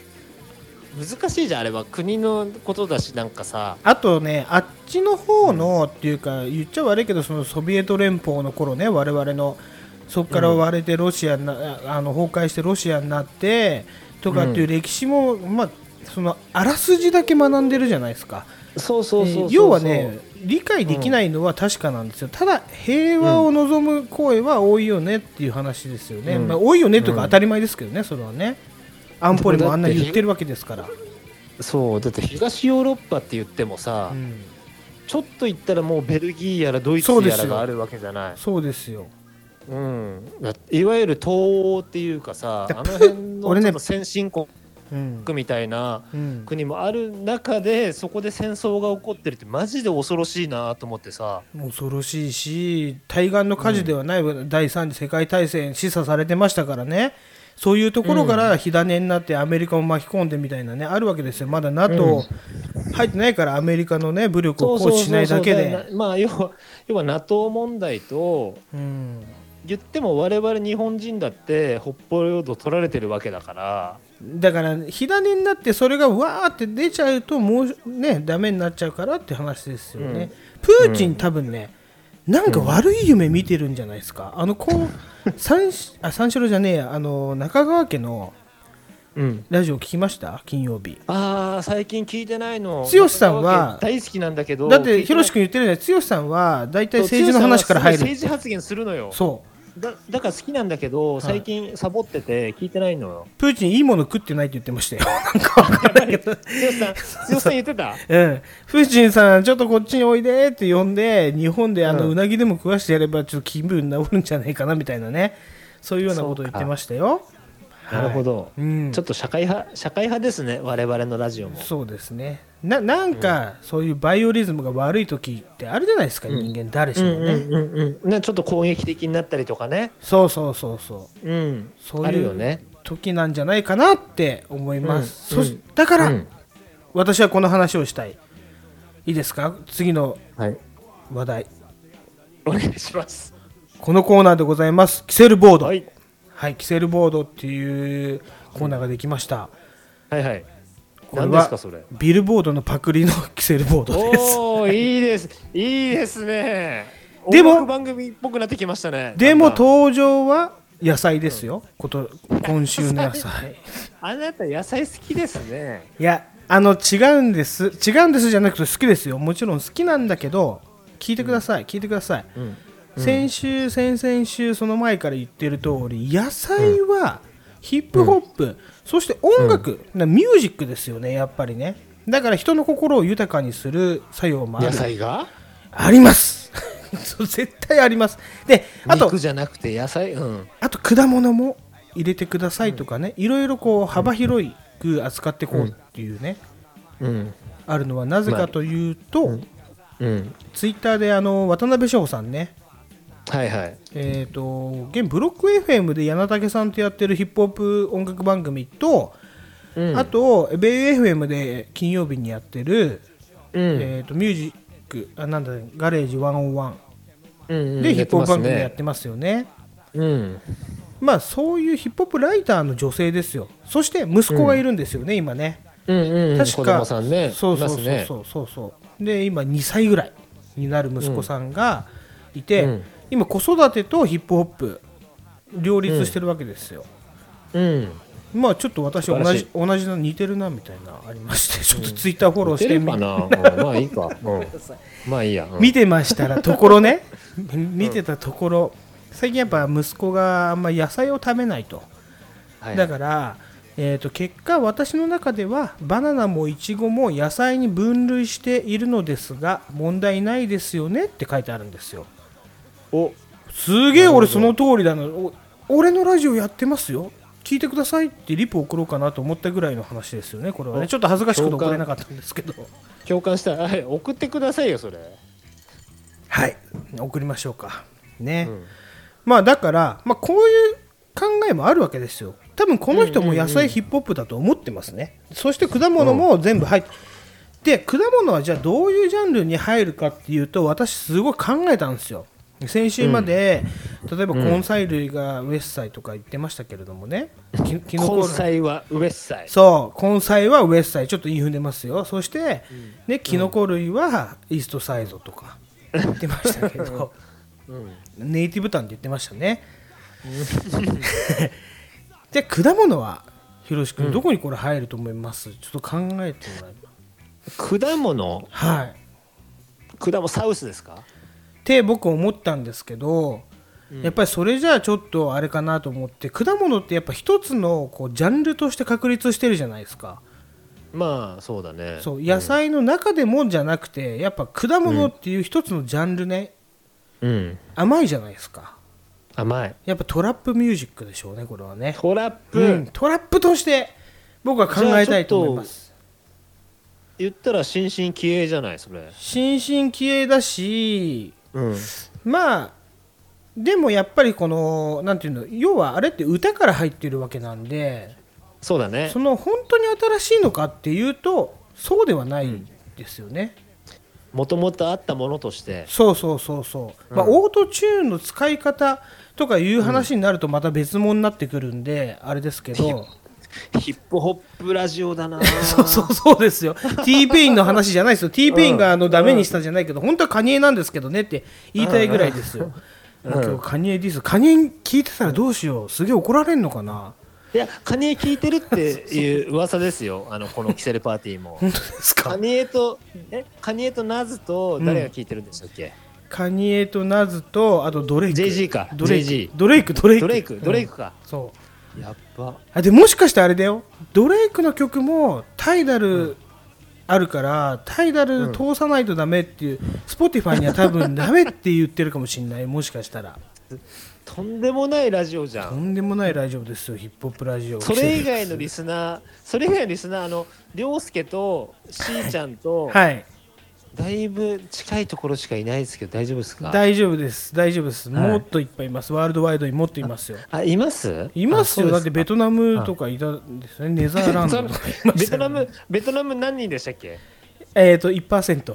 難しいじゃんあれは国のことだしなんかさ
あとねあっちの方のっていうか言っちゃ悪いけどそのソビエト連邦の頃ね我々のそこから割れてロシアにな、あの崩壊してロシアになってとかっていう歴史も、まあそのあらすじだけ学んでるじゃないですか
そうそうそ
え
うそうそう
ー要はね理解できないのは確かなんですよ、ただ平和を望む声は多いよねっていう話ですよね、
うん
まあ、多いよねという
う
か
ん
当たり前ですけどね、それはね安保理もあんな言ってるわけですから、
そうだって東ヨーロッパって言ってもさ、
うん
ちょっと行ったらもうベルギーやらドイツ
そうで
や
す
ら
よ
があるわけじゃない
そうですよ
うん、だいわゆる東欧っていうかさ
だ
あの辺 の
俺
ち
ね
ょっと先進国
うん
みたいな
うん
国もある中でそこで戦争が起こってるってマジで恐ろしいなと思ってさ
恐ろしいし対岸の火事ではない、第3次世界大戦示唆されてましたからねそういうところから火種になってアメリカを巻き込んでみたいなねあるわけですよまだ NATO 入ってないからアメリカのね武力を行使しないだけ
そうそうそう
で
そうまあ要は要は NATO 問題と
うん
言っても我々日本人だって北方領土取られてるわけだから
だから火種になってそれがわーって出ちゃうともうねダメになっちゃうからって話ですよね、プーチン多分ねなんか悪い夢見てるんじゃないですか、あのこ う三あ三四郎じゃねえやあの中川家の
うん
ラジオ聞きました金曜日
ああ最近聞いてないの
剛さんは
大好きなんだけど
だってひろし
く
君言ってるね剛さんは大体政治の話から入る
政治発言するのよ
そう
だだから好きなんだけど最近サボってて聞いてないのよ。
プーチンいいもの食ってないって言ってましたよなんかわかんないけど
剛さ ん、剛さん言ってた
うん、プーチンさん、ちょっとこっちにおいでって呼んで、日本であのうなぎでも食わしてやれば、ちょっと気分治るんじゃないかなみたいなね、そういうようなことを言ってましたよ。
なるほど、
うん、
ちょっと社会派、社会派ですね、我々のラジオも。
そうですね。ななんか、そういうバイオリズムが悪い時ってあるじゃないですか、人間誰しもね、
うんうん、ねちょっと攻撃的になったりとかね。
そうそうそうそう。
うん。
そう
ある
い
よ
う
ね。
時なんじゃないかなって思います。
う
そ
ん
しだから、
うん
私はこの話をしたい。いいですか次の
はい。
話題。
お願いします。
このコーナーでございます。キセルボード。
はい。
はい、キセルボードっていうコーナーができました。
はいはい。
これ
何です
は
か、それ。
ビルボードのパクリのキセルボードです。
おお、いいです。いいですね。
でも
音楽番組っぽくなってきましたね。
で
な
も
んか
登場は野菜ですよ。こと今週の野菜。
あなた野菜好きですね。
いや、あの違うんです。違うんですじゃなくて好きですよ。もちろん好きなんだけど、聞いてください。聞いてください。
ん
先週、先々週、その前から言ってる通り、野菜はヒップホップ、そして音楽、なミュージックですよね、やっぱりね。だから人の心を豊かにする作用もある。
野菜が
あります そう絶対ありますであと
肉じゃなくて野菜。うん。
あと果物も入れてくださいとかね、いろいろこう幅広く扱ってこうっていうね、
うん。
あるのはなぜかというと、
うん。
ツイッターであの渡辺翔さんね
はいはい。
えー、と現ブロック FM で柳竹さんとやってるヒップホップ音楽番組と、
うん
あとベイ FM で金曜日にやってる、
うん
えー、とミュージックあなんだガレージ101
うんうん
でヒップホップ番組や
や
っ
って
ますよね。
てますねうん。
まあそういうヒップホップライターの女性ですよ。そして息子がいるんですよね、今ね。
うんうんうん、
確か、
子供さんね、
そうそうそう
いますね
そうそうそう。で今2歳ぐらいになる息子さんがいて、
うん
今子育てとヒップホップ両立してるわけですよ。
うん、
まあちょっと私同
素晴らし
じ
い
同じの似てるなみたいなありまして、ちょっとツイッターフォローし
出
て
れ
み
ばな、 うんまあいいか、うん、 まあいいや、うん
見てましたらところ ね見てたところ最近やっぱ息子があんま野菜を食べないと、
はい
だから、えー、と結果私の中ではバナナもイチゴも野菜に分類しているのですが問題ないですよねって書いてあるんですよ
お
すげえ俺その通りだなお俺のラジオやってますよ聞いてくださいってリプ送ろうかなと思ったぐらいの話ですよね、これはね。ちょっと恥ずかしくて送れなかったんですけど、
共感したはい送ってくださいよそれ
はい、送りましょうか。ね。まあだから、まあ、こういう考えもあるわけですよ。多分この人も野菜ヒップホップだと思ってますね。そして果物も全部入って。で果物はじゃあどういうジャンルに入るかっていうと私すごい考えたんですよ先週まで、例えば根菜類がウエッサイとか言ってましたけれどもね、ききのこ
根菜はウエッサイ
そう根菜はウエッサイちょっと言い踏んでますよそして、ねキノコ類はイーストサイドとか言ってましたけど、ネイティブタンって言ってましたね で果物はひろし君どこにこれ入ると思います、ちょっと考えてもらえば
果物
はい
果物サウスですか
って僕思ったんですけど、やっぱりそれじゃあちょっとあれかなと思って果物ってやっぱ一つのこうジャンルとして確立してるじゃないですか、
まあそうだね
そう野菜の中でもじゃなくてやっぱ果物っていう一つのジャンルね、
うん
甘いじゃないですか
甘い
やっぱトラップミュージックでしょうねこれはね、
トラップ、
うん、トラップとして僕は考えたいと思います
言ったら新進気鋭じゃないそれ
新進気鋭だし
うん
まあでもやっぱりこのなんていうの要はあれって歌から入ってるわけなんで
そうだね
その本当に新しいのかっていうとそうではないんですよね、
もともとあったものとして
そうそうそうそう、まあ、オートチューンの使い方とかいう話になるとまた別物になってくるんで、あれですけど
ヒップホップラジオだ な
そうそうそうですよ T ペインの話じゃないですよ T ペインがあのダメにしたじゃないけど、本当はカニエなんですけどねって言いたいぐらいですよ、もう今日カニエディスカニエ聞いてたらどうしようすげえ怒られんのかない
やカニエ聞いてるっていう噂ですよあのこのキセルパーティーも
本当です
カ
か
ニエとえカニエとナズと誰が聞いてるんでしたっけ、
カニエとナズとあとドレイク
JG か
ドレイ
JG
クドレイクドレイク
ドレイクドレイクか、
そう
やっぱ
あでもしかしてあれだよドレイクの曲もタイダルあるから、タイダル通さないとダメっていう、スポティファイには多分ダメって言ってるかもしれないもしかしたら
とんでもないラジオじゃ
と
ん
んでもないラジオですよヒップホップラジオ
それ以外のリスナーそれ以外のリスナーあの涼介としーちゃんと、
はい
だいぶ近いところしかいないですけど大丈夫ですか
大丈夫です大丈夫です、
はい
もっといっぱいいますワールドワイドにもっといますよ
あいます
いますよ
あ
だ
そう
って
ですか
ベトナムとかいたんですよねネザーランドとかいま
ベ
した
ト
よね
ナムベトナム何人でしたっけ
えっ、ー、と、1%。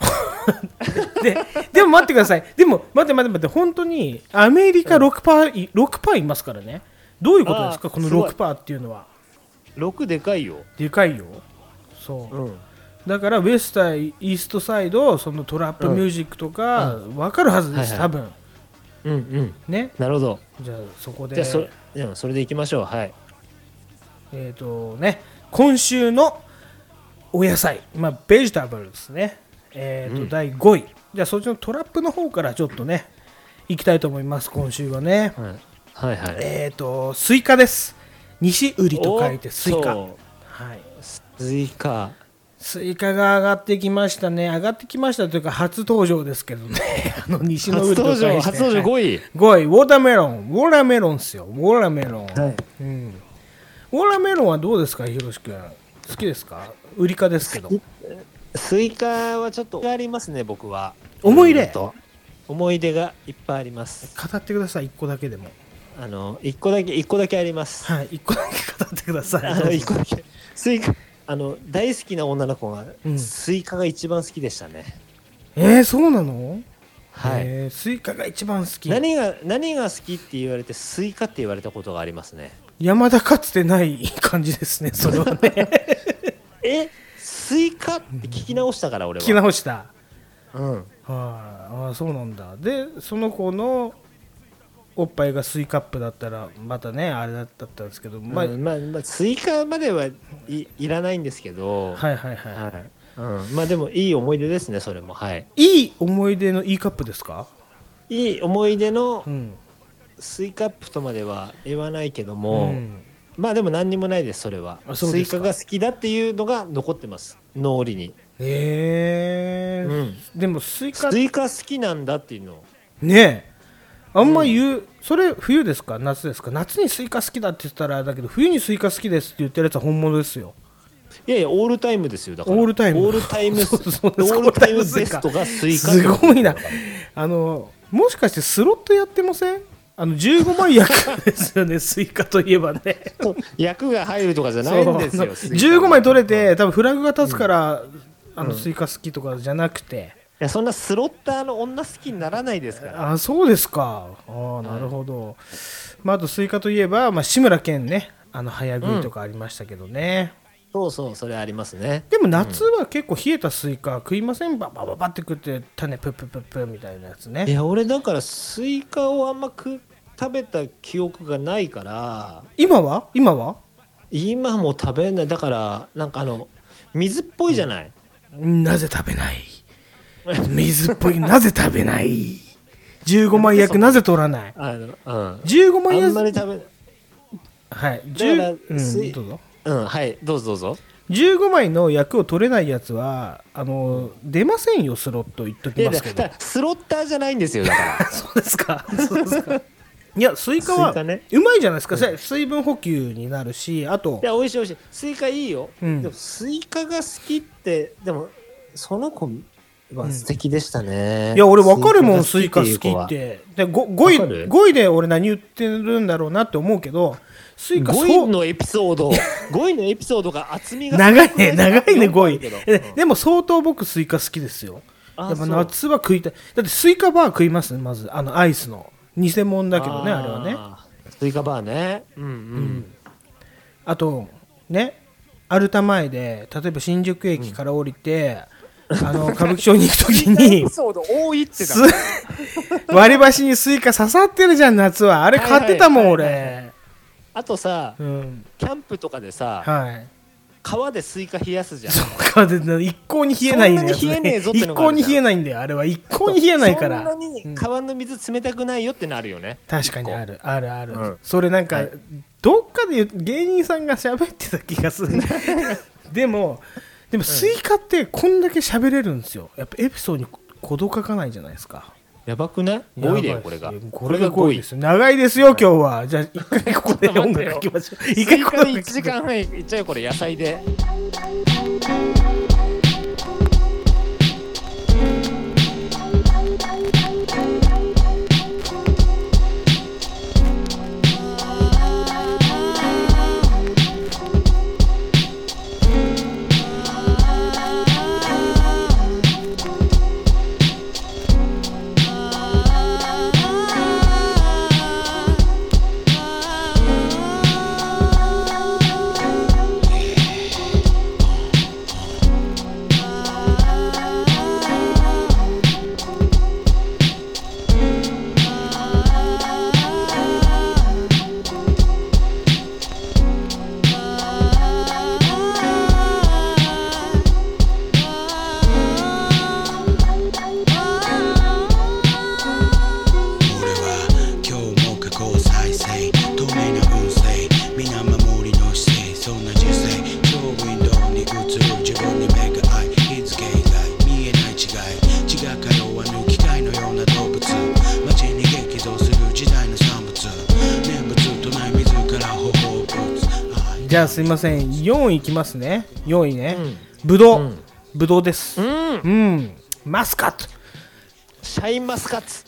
で、でも待ってください。でも、待って待って待って、本当に、アメリカ6%パー、6%パーいますからね。どういうことですか、
あー
この
すごい
6%パーっていうのは。
6でかいよ、
でかいよ。そう。
うん、
だから、ウェスタイ、イーストサイド、そのトラップミュージックとか、わかるはずです、
はいは
多
い
分。
うんうん
ね。
なるほど
じゃあ、そこで、
じゃあそ,、うん、それでいきましょうはい
えっ、とね、今週のお野菜、まあ、ベジタブルですね。えっ、と、第5位。じゃあ、そっちのトラップの方からちょっとね、行きたいと思います、今週はね。
はいはいはい
えっ、と、スイカです。西売りと書いてスイカ。
お
はい。
そうスイカ
スイカが上がってきましたね。上がってきましたというか、初登場ですけどね。 あの、西の売
初
りと
登
書
場
いて。
初登場5位
5位、ウォーターメロン。ウォーターメロンっすよ。ウォーターメロン。
はい
うん。ウォーターメロンはどうですか、ひろしくん。好きですか売りかですけど。
スイカはちょっとありますね僕は
思い入れ
うんと思い出がいっぱいあります
語ってください、1個だけでも。
あの1個だけ一個だけあります
はい、1個だけ語ってくださ
あの
い。
一個だけスイカあの大好きな女の子が、
うん
スイカが一番好きでしたね
えー、そうなの
はい
えースイカが一番好き。
何が何が好きって言われてスイカって言われたことがありますね
山田かつてない感じですね、それはね。
えスイカって聞き直したから俺
聞
は
き直した。
うん
はい、あ、そうなんだ。で、その子のおっぱいがスイカップだったら、またね、あれだったんですけど、まあ、
うんまあ、まあ、スイカまではい、いらないんですけど、
はいはいはい。
はいうん、まあでもいい思い出ですねそれもはい
いい思い出のいいカップですか、
いい思い出の
うん
スイカップとまでは言わないけど
う
も、
ん、
まあでも何にもないですそれは
あそう
ス
で
イ
すか
カが好きだっていうのが残ってます脳裏に
えーでもスイカ
スイカ好きなんだっていうの
ねえあんま言う、それ冬ですか夏ですか夏にスイカ好きだって言ったらあれだけど冬にスイカ好きですって言ってるやつは本物ですよ
いやいやオールタイムですよだから
オールタイム
オールタイム
そうそう
オールタイムベストがスイカ
すごいなあのもしかしてスロットやってませんあの15万役ですよねスイカといえばね
役が入るとかじゃないんですよ
そう
スイカ
15枚取れて多分フラグが立つから、あのスイカ好きとかじゃなくて、
いやそんなスロッターの女好きにならないですから
あそうですかあーなるほど、まあ、あとスイカといえば、まあ、志村けんねあの早食いとかありましたけどね、
そうそうそれありますね
でも夏は結構冷えたスイカ食いませんババババって食って種プップップップみたいなやつ
い
ね
や俺だからスイカをあんま食食べた記憶がないから
今は今は
今も食べないだからなんかあの水っぽいじゃない、
なぜ食べない水っぽ いなぜ食べない15万役なぜ取らない
あのうん
15万
あんまり
役
食
はい
べだ
10
か
う
らス
ん
イ
どうぞ
うんはいどうぞどうぞ
15枚の役を取れないやつはあの出ませんよスロット言っと
い
き
や
ます
だ
けど
からスロッターじゃないんですよだから
そうですか。そうです か。いや、スイカ
スイカ
は、
ね
うまいじゃないですか、水分補給になるし、あと
い、や美味しい美味しいスイカいいよ、
うん
でもスイカが好きってでもその子は素敵でしたね、
いや、俺分かるもん、スイカ好き
いう子は
って。で 5, 五位
わかる
5位で俺何言ってるんだろうなって思うけど、スイカ
5
そ
位
う。
のエピソード5位のエ ピソードが厚みが
長いね、長いね、5
けど
位。ででも相当僕、スイカ好きですよ。や
あ
っぱ
そう
夏は食いたい。だってスイカバー食いますね、まず。あの、アイスの。偽物だけどね、あれはね。
ねスイカバーねうんうん、
あとねアルタ前で例えば新宿駅から降りて、あの歌舞伎町に行く時に
そうだ多いってだ
す割り箸にスイカ刺さってるじゃん夏はあれ買ってたもん
はいはいはい
俺
あとさ
うん
キャンプとかでさ
はい
川でスイカ冷やすじゃん
そうかで一向に冷えないんだよ
そんなに冷えねえぞって
一
のがあ
向
る
に
じ
冷え
ゃん
ないんだよあれは一向に冷えないから
そんなに川の水冷たくないよってなるよね、
確かにあるあるある、
うん
それなんか、
はい
どっかで言う芸人さんが喋ってた気がす るでもでもスイカってこんだけ喋れるんですよやっぱエピソードにこと書かないじゃないですか
やばくね5位だよこれ
や
が
ばいですこれが5位ですよ長いですよ今日はじゃあ一回ここで
ちょっと
音
待って
楽聴
よ
きましょう
一
一
回
回
こ
こ
れ
の
1時間半いっちゃうよこれ野菜で
俺は今日も過去を再生透明な運勢皆守りの姿勢そんな人生超ウィンドウに映る自分に目が合い日付以外見えない違い血が通わぬ機械のような動物街に激増する時代の産物念仏唱え自ら保護物愛
じゃあすいません4位いきますね4位ね、ぶどう、ぶどうです
うん
うん、マスカット
シャインマスカッツ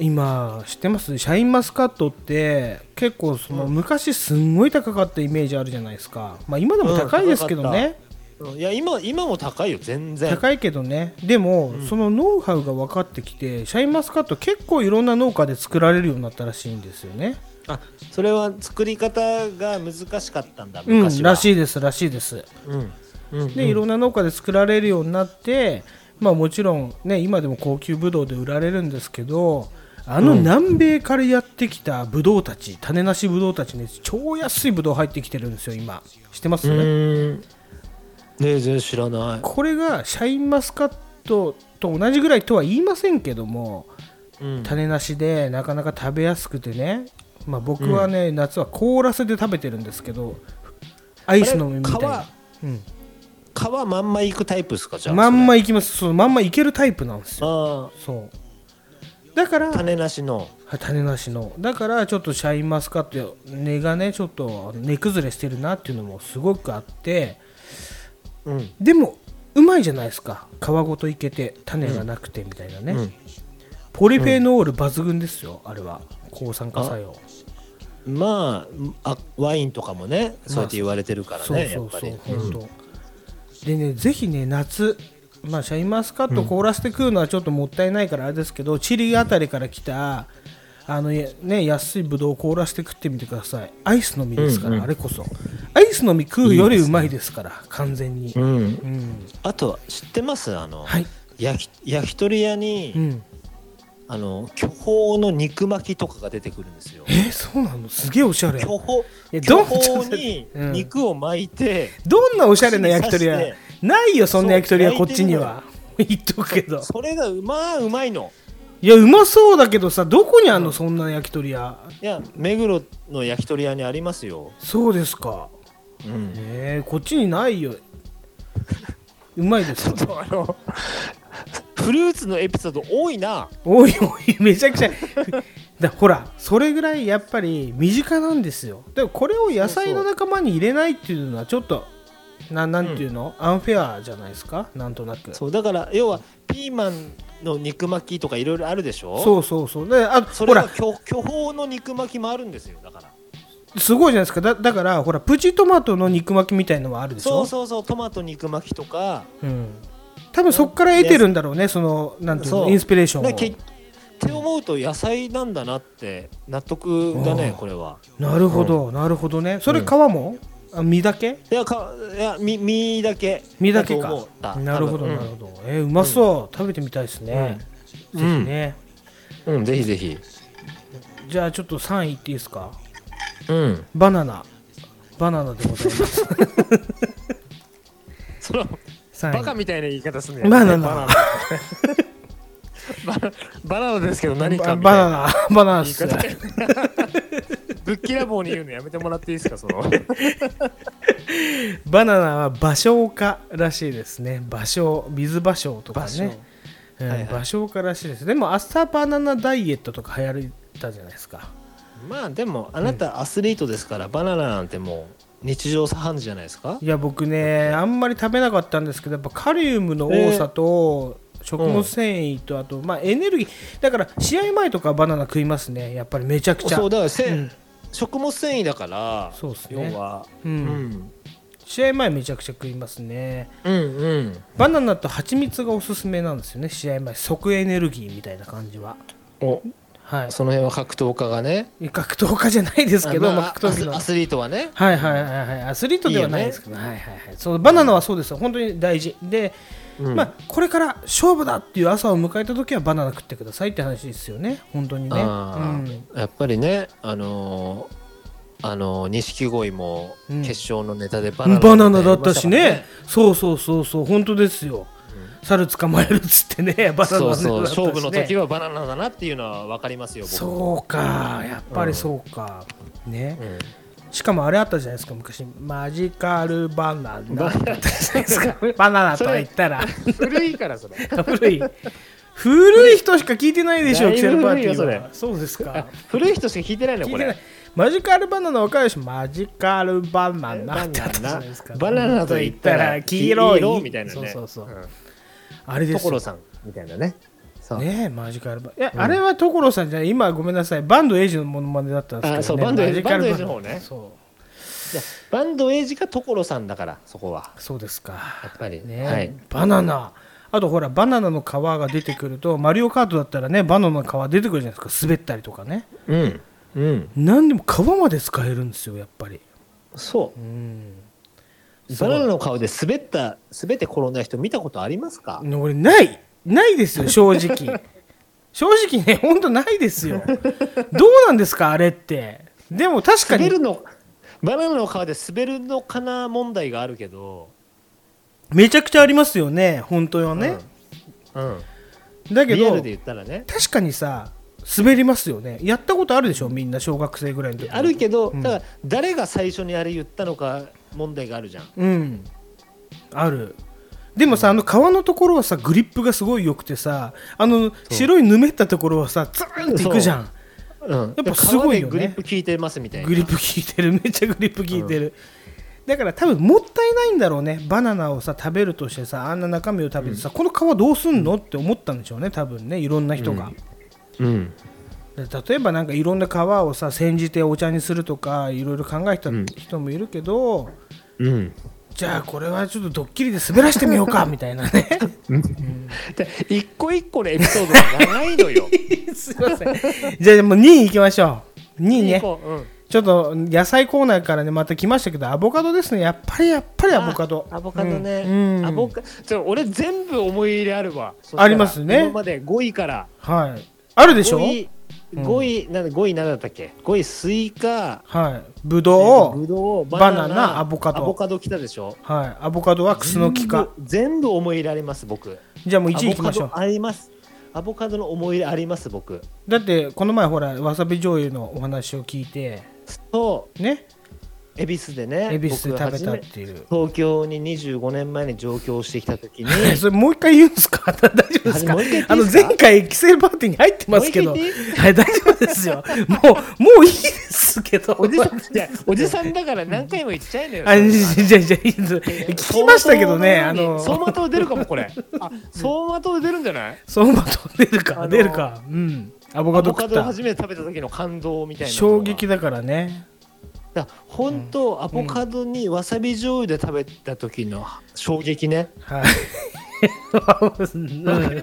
今知ってますシャインマスカットって結構その昔すんごい高かったイメージあるじゃないですかまあ今でも高いですけどね、
うんいや今今も高いよ全然
高いけどねでも、そのノウハウが分かってきてシャインマスカット結構いろんな農家で作られるようになったらしいんですよね
あそれは作り方が難しかったんだ
う
昔
ん
は、
らしいですらしいです
うん
でいろんな農家で作られるようになって、まあ、もちろん、ね、今でも高級ブドウで売られるんですけどあの南米からやってきたブドウたち、種なしブドウたちに超安いブドウ入ってきてるんですよ今知ってます、
うーん全然知らない
これがシャインマスカットと同じぐらいとは言いませんけども、
うん
種なしでなかなか食べやすくてね、まあ、僕はね、夏は凍らせて食べてるんですけどアイスのみたいな
皮、皮まんまいくタイプですかじゃあ
まん
い
まいきますそのまんまいけるタイプなんですよ
あ
そうだから
種なしの
はい種なしのだからちょっとシャインマスカットや根がねちょっと根崩れしてるなっていうのもすごくあって、
うん
でもうまいじゃないですか皮ごといけて種がなくてみたいなね、
うん
ポリフェノール抜群ですよあれは抗酸化作用
まああワインとかもねそうやって言われてるから
そう
ね
そ
やっ
う
ぱ
そう
り
本当、でねぜひね夏まあシャインマスカット凍らせて食うのはちょっともったいないからあれですけど、チリあたりから来たあのやね安いぶどうを凍らせて食ってみてくださいアイスの実ですから、あれこそアイスの実食うよりうまいですから完全に、
うん、
うん
あと知ってますあの、
はい
焼き焼き鳥屋に、
うん、
あの巨峰の肉巻きとかが出てくるんですよ
えーそうなのすげえおしゃれ
巨峰
えど
巨
うちょっと
峰
待
に
ってうん
肉を巻いて、
どんなおしゃれな焼き鳥屋
串に刺
ないよそんな焼き鳥屋
そう
こっちには 言っとくけど
それがうまあうまいの
いやうまそうだけどさどこにあんのそんな焼き鳥屋
いや目黒の焼き鳥屋にありますよ、
そうですか
うん、
えー、こっちにないようまいですか
あのフルーツのエピソード多いな
おいおいめちゃくちゃだほらそれぐらいやっぱり身近なんですよでもこれを野菜の仲間に入れないっていうのはちょっとななんていうの、アンフェアじゃないですかなんとなくそ
そうだから要はピーマンの肉巻きとかいろいろあるでしょ
うそうそうであ
そ
ほ
れが
ら
巨巨峰の肉巻きもあるんですよだから
すごいじゃないですかだだからほらプチトマトの肉巻きみたいのはあるでしょ
そうそうそうトマト肉巻きとか
うん、多分そこから得てるんだろうねそのなんていう
そ
の
う
インスピレーション
だけっ
を
て思うと野菜なんだなって納得だ
うん
ねこれは
なるほど、なるほどねそれ皮も、あ身だけ
いやかいやみ身だけ
身だけ
と思
か
った
なるほど
多分
なるほど、えーうまそう、食べてみたいですね、
うん
ぜひね、
うん、うん、ぜひぜひ
じゃあちょっと3位いっていいですか
うん
バナナバナナでございます
その
3位
バカみたいな言い方すんね
バナナ
バナナバナナですけど何
バ
かみたいな
バナナバナナっ
言い
す
方 ぶっきらぼうに言うのやめてもらっていいですかその
バナナは芭蕉化らしいですね芭蕉水芭蕉とかねうん
はいはい
芭蕉化らしいですでも朝バナナダイエットとか流行ったじゃないですか
まあでもあなたアスリートですからバナナなんてもう日常茶飯事じゃないですか
いや僕ねあんまり食べなかったんですけどやっぱカリウムの多さと食物繊維とあと、まあエネルギーだから試合前とかはバナナ食いますねやっぱりめちゃくちゃ
そうだからせ、
うん
食物繊維だから
そうっすね
要は、
う、
うんん、
試合前めちゃくちゃ食いますね
うんうん
バナナと蜂蜜がおすすめなんですよね試合前即エネルギーみたいな感じは
お
はい
その辺は格闘家がね
格闘家じゃないですけど
あまあ
まあ格闘技の
アスアスリートはね
はいはいはいはいアスリートではないですけどはいはいはいそうバナナはそうですよ本当に大事で、まあこれから勝負だっていう朝を迎えた時はバナナ食ってくださいって話ですよね本当にね
あーやっぱりねあのーあのー錦鯉も
うん
決勝のネタでバ
う
ナナ,、
ん、バナナだったしねそうそうそうそう本当ですよ、猿捕まえるっつってね バナナ
そ
の
う
ネタ
そう
だったしね
勝負の時はバナナだなっていうのは分かりますよ僕
そうかやっぱりそうか、ね、
ん
しかもあれあったじゃないですか昔マジカルバナ ナだったじゃないですかバナナとは言ったら
古いからそれ
古い古い人しか聞いてないでしょ
だい
キ
ぶ
セルパーティ
古
ー
いよ
はそうですか
古い人しか聞いてないの
聞
こ
いてな
れ
いマジカルバナナ若いでしょマジカルバナナ
バ
ってあったじゃ
ナナ
ないですか
バナナと言ったら
黄色い
みたいなね
そうそうそう、
ん
あれですよ
所さんみたいなねそう
ねえマジカルバいや、あれは所さんじゃない今ごめんなさいバンドエイジのものまねだったんですけど、ね、
あそうバンドエイジ
マカル
バンドエイジの方ね
そう
バンドエイジか所さんだからそこは
そうですか
やっぱり
ね、
はい
バナナあとほらバナナの皮が出てくるとマリオカートだったらねバナナの皮出てくるじゃないですか滑ったりとかね
うんうん
何でも皮まで使えるんですよやっぱり
そう
うん
バナナの顔で滑った滑って転んだ人見たことありますか
俺ないないです よ正直正直ねほんとないですよどうなんですかあれってでも確か
滑
に
るのバナナの顔で滑るのかな問題があるけど
めちゃくちゃありますよね本当よね、
うん
だけ
リア
ど
ルで言ったらね
確かにさ滑りますよねやったことあるでしょみんな小学生ぐらいの時
あるけど
うん
ただ誰が最初にあれ言ったのか問題があるじゃん
うんあるでもさあの皮のところはさグリップがすごい良くてさあの白いぬめったところはさツーンっていくじゃん
うん、やっ
ぱすごいよね
グリップ効いてますみたい な
グリップ効いてるめっちゃグリップ効いてる、だから多分もったいないんだろうねバナナをさ食べるとしてさあんな中身を食べてさ、この皮どうすんのって思ったんでしょうね多分ねいろんな人が、
うん
で例えばなんかいろんな皮をさ煎じてお茶にするとかいろいろ考えた人もいるけど、
うん
じゃあこれはちょっとドッキリで滑らしてみよう かみたいなね
で一個一個のエピソードが長いのよ
すいませんじゃあもう2位いきましょう2位ね
一個うん
ちょっと野菜コーナーからねまた来ましたけどアボカドですねやっぱりやっぱりアボカド
アボカドね、
うんうん
アボカちょ俺全部思い入れあるわそしたら
ありますね
今まで5位から
はいあるでしょ
5位5位、なんだ5位何だったっけ5位スイカ
はいブド
ぶ
ウ
どう
バナナアボカド
アボカド来たでしょ
はいアボカドはクスノキか
全部全部思い入れあります僕
じゃあもう1位いきましょ
ア
う
ボカドありますアボカドの思い入れあります僕
だってこの前ほらわさび醤油のお話を聞いて
と
ね
恵比寿でね
恵比寿で食
僕
べたっ
初め
ていう
東京に25年前に上京してき た時に
それもう一回言うんですか 大丈夫です
あ
か
もう一回言っていいですか
あの前回規制パーティーに入ってますけど
もう一回言
はい大丈夫ですよもうもういいですけど
おじさんいやおじさんだから何回も言っちゃいのよ
あじゃあじゃあいいです聞きましたけどねあの
相馬灯出るかもこれあ相馬灯出るんじゃ ない
相馬と出るか、
あのー
出るかうんアボカ
ア
ド
ボ
食
カ
っ
ド
た
を初めて食べた時の感動みたいなのが
衝撃だからね
だから本当アボカドにわさび醤油で食べた時の衝撃ね
はい
わか り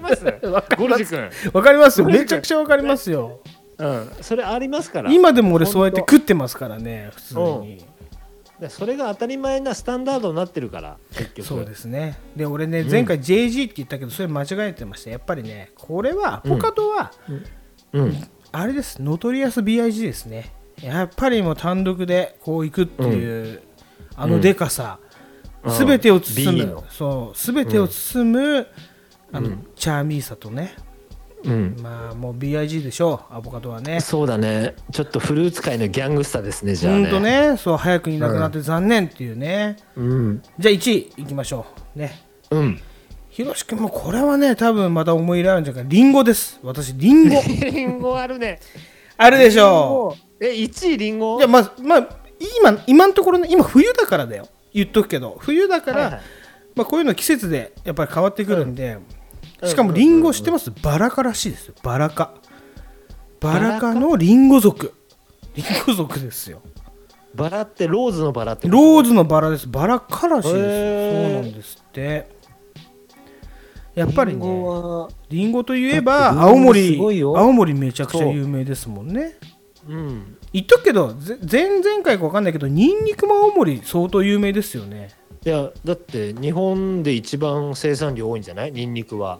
ますゴルジ君
わかりますよめちゃくちゃわかりますよ
うんそれありますから
今でも俺そうやって食ってますからね普通に
でそれが当たり前なスタンダードになってるから結局
そうですねで俺ね前回 JG って言ったけどそれ間違えてましたやっぱりねこれはアボカドは
うん
あれですノトリアス BIG ですねやっぱりもう単独でこう行くっていう、あのでかさ、
うん
すべてを包む、
B の
そうすべてを包む、あのチャーミーさとね
うん
まあもう BIG でしょうアボカドはね
そうだねちょっとフルーツ界のギャングスターですねじゃあ
ほ
ね
んとねそう早くいなくなって残念っていうね、
うん
じゃあ1位いきましょうね
うん
ひろし君もこれはね多分また思い入れあるんじゃないかリンゴです私リ ンゴ
リンゴあるね
あるでしょう
え1位リンゴ
じゃあまあ、まあ、今今のところね今冬だからだよ言っとくけど冬だから、
はいはい
まあ、こういうの季節でやっぱり変わってくるんで、しかもリンゴ知ってます、バラ科らしいですよバラ科バラ科のリンゴ族リンゴ族ですよ
バラってローズのバラって
ローズのバラですバラ科らしいですよ、
へー
そうなんですってやっぱり
リンゴ
ね
は
リンゴといえば
だって
青
リンゴ
森
すごいよ
青森めちゃくちゃ
そう
有名ですもんね
うん
言っとくけどぜ前々回か分かんないけどニンニクも青森相当有名ですよね
いやだって日本で一番生産量多いんじゃないニンニクは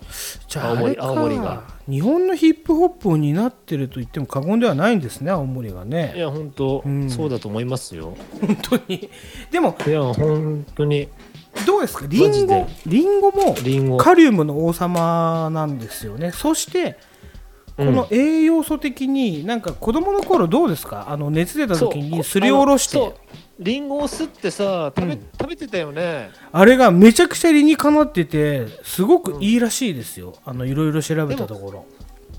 じゃあ
青森
あれか
青森が
日本のヒップホップを担ってると言っても過言ではないんですね青森が
い
ね
や本当、
ん
そうだと思いますよ
本当にでも
いや本当に
どうですかリ
マ
ン
ジ
ゴ
で
リンゴも
リンゴ
カリウムの王様なんですよねそしてこの栄養素的になんか子供の頃どうですかあの熱出た時にすりおろし
あの
て
そうリンゴをすってさ食べ,、食べてたよね
あれがめちゃくちゃ理にかなっててすごくいいらしいですよあのいろいろ調べたところ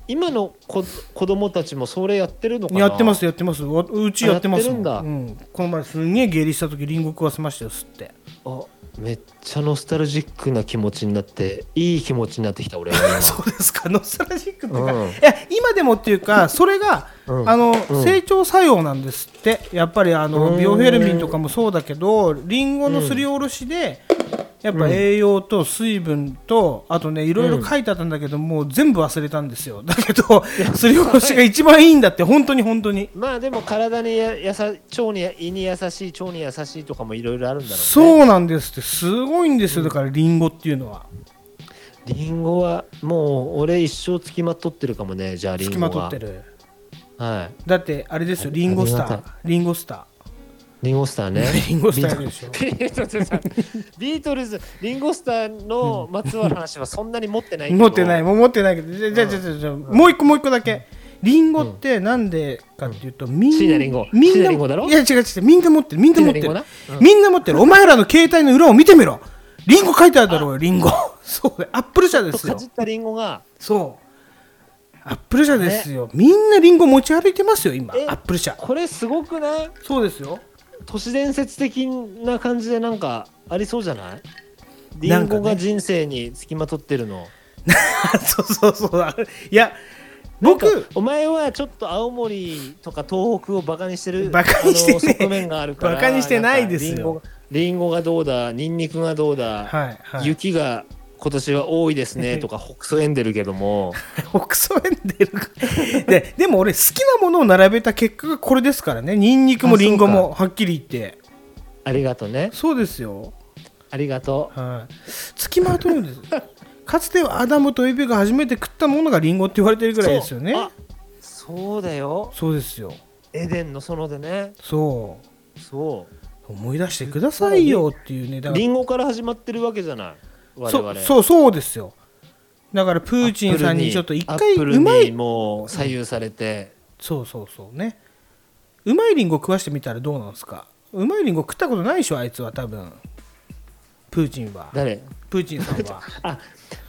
今の子子供たちもそれやってるのかな
やってますやってますわうちやってますもん
やってる
うん、この前すんげえ下痢した時リンゴ食わせましたよ吸って
あめっちゃノスタルジックな気持ちになっていい気持ちになってきた俺は
そうですかノスタルジックっていうか、
うん
いや今でもっていうかそれが、
うん
あの
うん
成長作用なんですってやっぱりあ
う
の
ん
ビオフェルミンとかもそうだけどリンゴのすりおろしで、やっぱ栄養と水分とあとねいろいろ書いてあったんだけど、もう全部忘れたんですよだけどすりおろしが一番いいんだって本当に本当に
まあでも体にややさ腸に胃に優しい腸に優しいとかもいろいろあるんだろうね
そうなんですってすごいんですよだからリンゴっていうのは。
リンゴはもう俺一生つきまとってるかもねじゃあリン
付
ゴ
き
は
まとってる
は
だってあれですよリンゴスタ
あり
ー
がた
リンゴスタ
いリンゴスター ね
ーリンゴスターでしょ
ビートルズ ビートルズリンゴスターのまつわる話はそんなに持ってないけど
持ってないもう持ってないけどじゃじゃじゃじゃじゃもう一個もう一個だけリンゴってなんでかっていうとみ
椎名
ん
林檎
みん
椎名
な
林檎だろ
いや違う違うみんな持ってるみんな持って
椎
る
名林檎な
みんな持ってるお前らの携帯の裏を見てみろリンゴ書いてあるだろうよ、リンゴ。 そうだよアップル社です
か
よ
じ。ったリンゴが
そう。アップル社ですよ。みんなリンゴ持ち歩いてますよ、今。ア
え
ップル社。
これすごくない
そうですよ。
都市伝説的な感じでなんかありそうじゃないリ
なん
ン
かね
ゴが人生につきまとってるの、
そうそうそう。あれいや、僕、
お前はちょっと青森とか東北をバカにしてる
バカにしてね
あの側面があるから
バカにしてないですよ
んかリンゴリンゴがどうだニンニクがどう
は
だ、
い、はい。
雪が今年は多いです ねとか北そえんでるけども
北総園出るか で。でも俺、好きなものを並べた結果がこれですからね。ニンニクもリンゴもはっきり言って。
ありがとうね
そうですよ。
ありがと
はい。隙間は取る んです。かつてはアダムとエビが初めて食ったものがリンゴって言われてるぐ
う
らいですよね。
そうあそうだよ
そうですよ。
エデンの園でね
そ
そう
う。思い出してくださいよっていうね。だから
リンゴから始まってるわけじゃない我
そ
々
うそうそうですよだからプーチンさんにちょっと一
ア
回
ップルに
うま
アップルに
い
もう左右されて、
そうそうそうねうまいリンゴ食わしてみたらどうなんですかうまいリンゴ食ったことないでしょあいつは多分プーチンは
誰
プーチンさんは
あ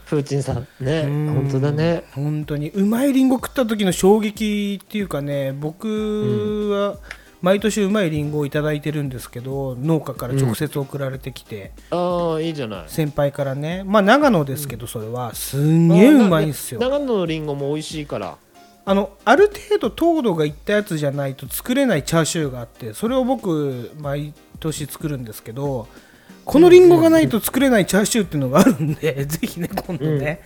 プーチンさんね
うん
本当だね
本当にうまいリンゴ食った時の衝撃っていうかね僕は毎年うまいリンゴをいただいてるんですけど農家から直接送られてきて、
ああいいじゃない
先輩からねまあ長野ですけどそれはすんげえうまいんですよ
あーな長野のリンゴも美味しいから
あのある程度糖度がいったやつじゃないと作れないチャーシューがあってそれを僕毎年作るんですけどこのリンゴがないと作れないチャーシューっていうのがあるんでぜひね今度ね、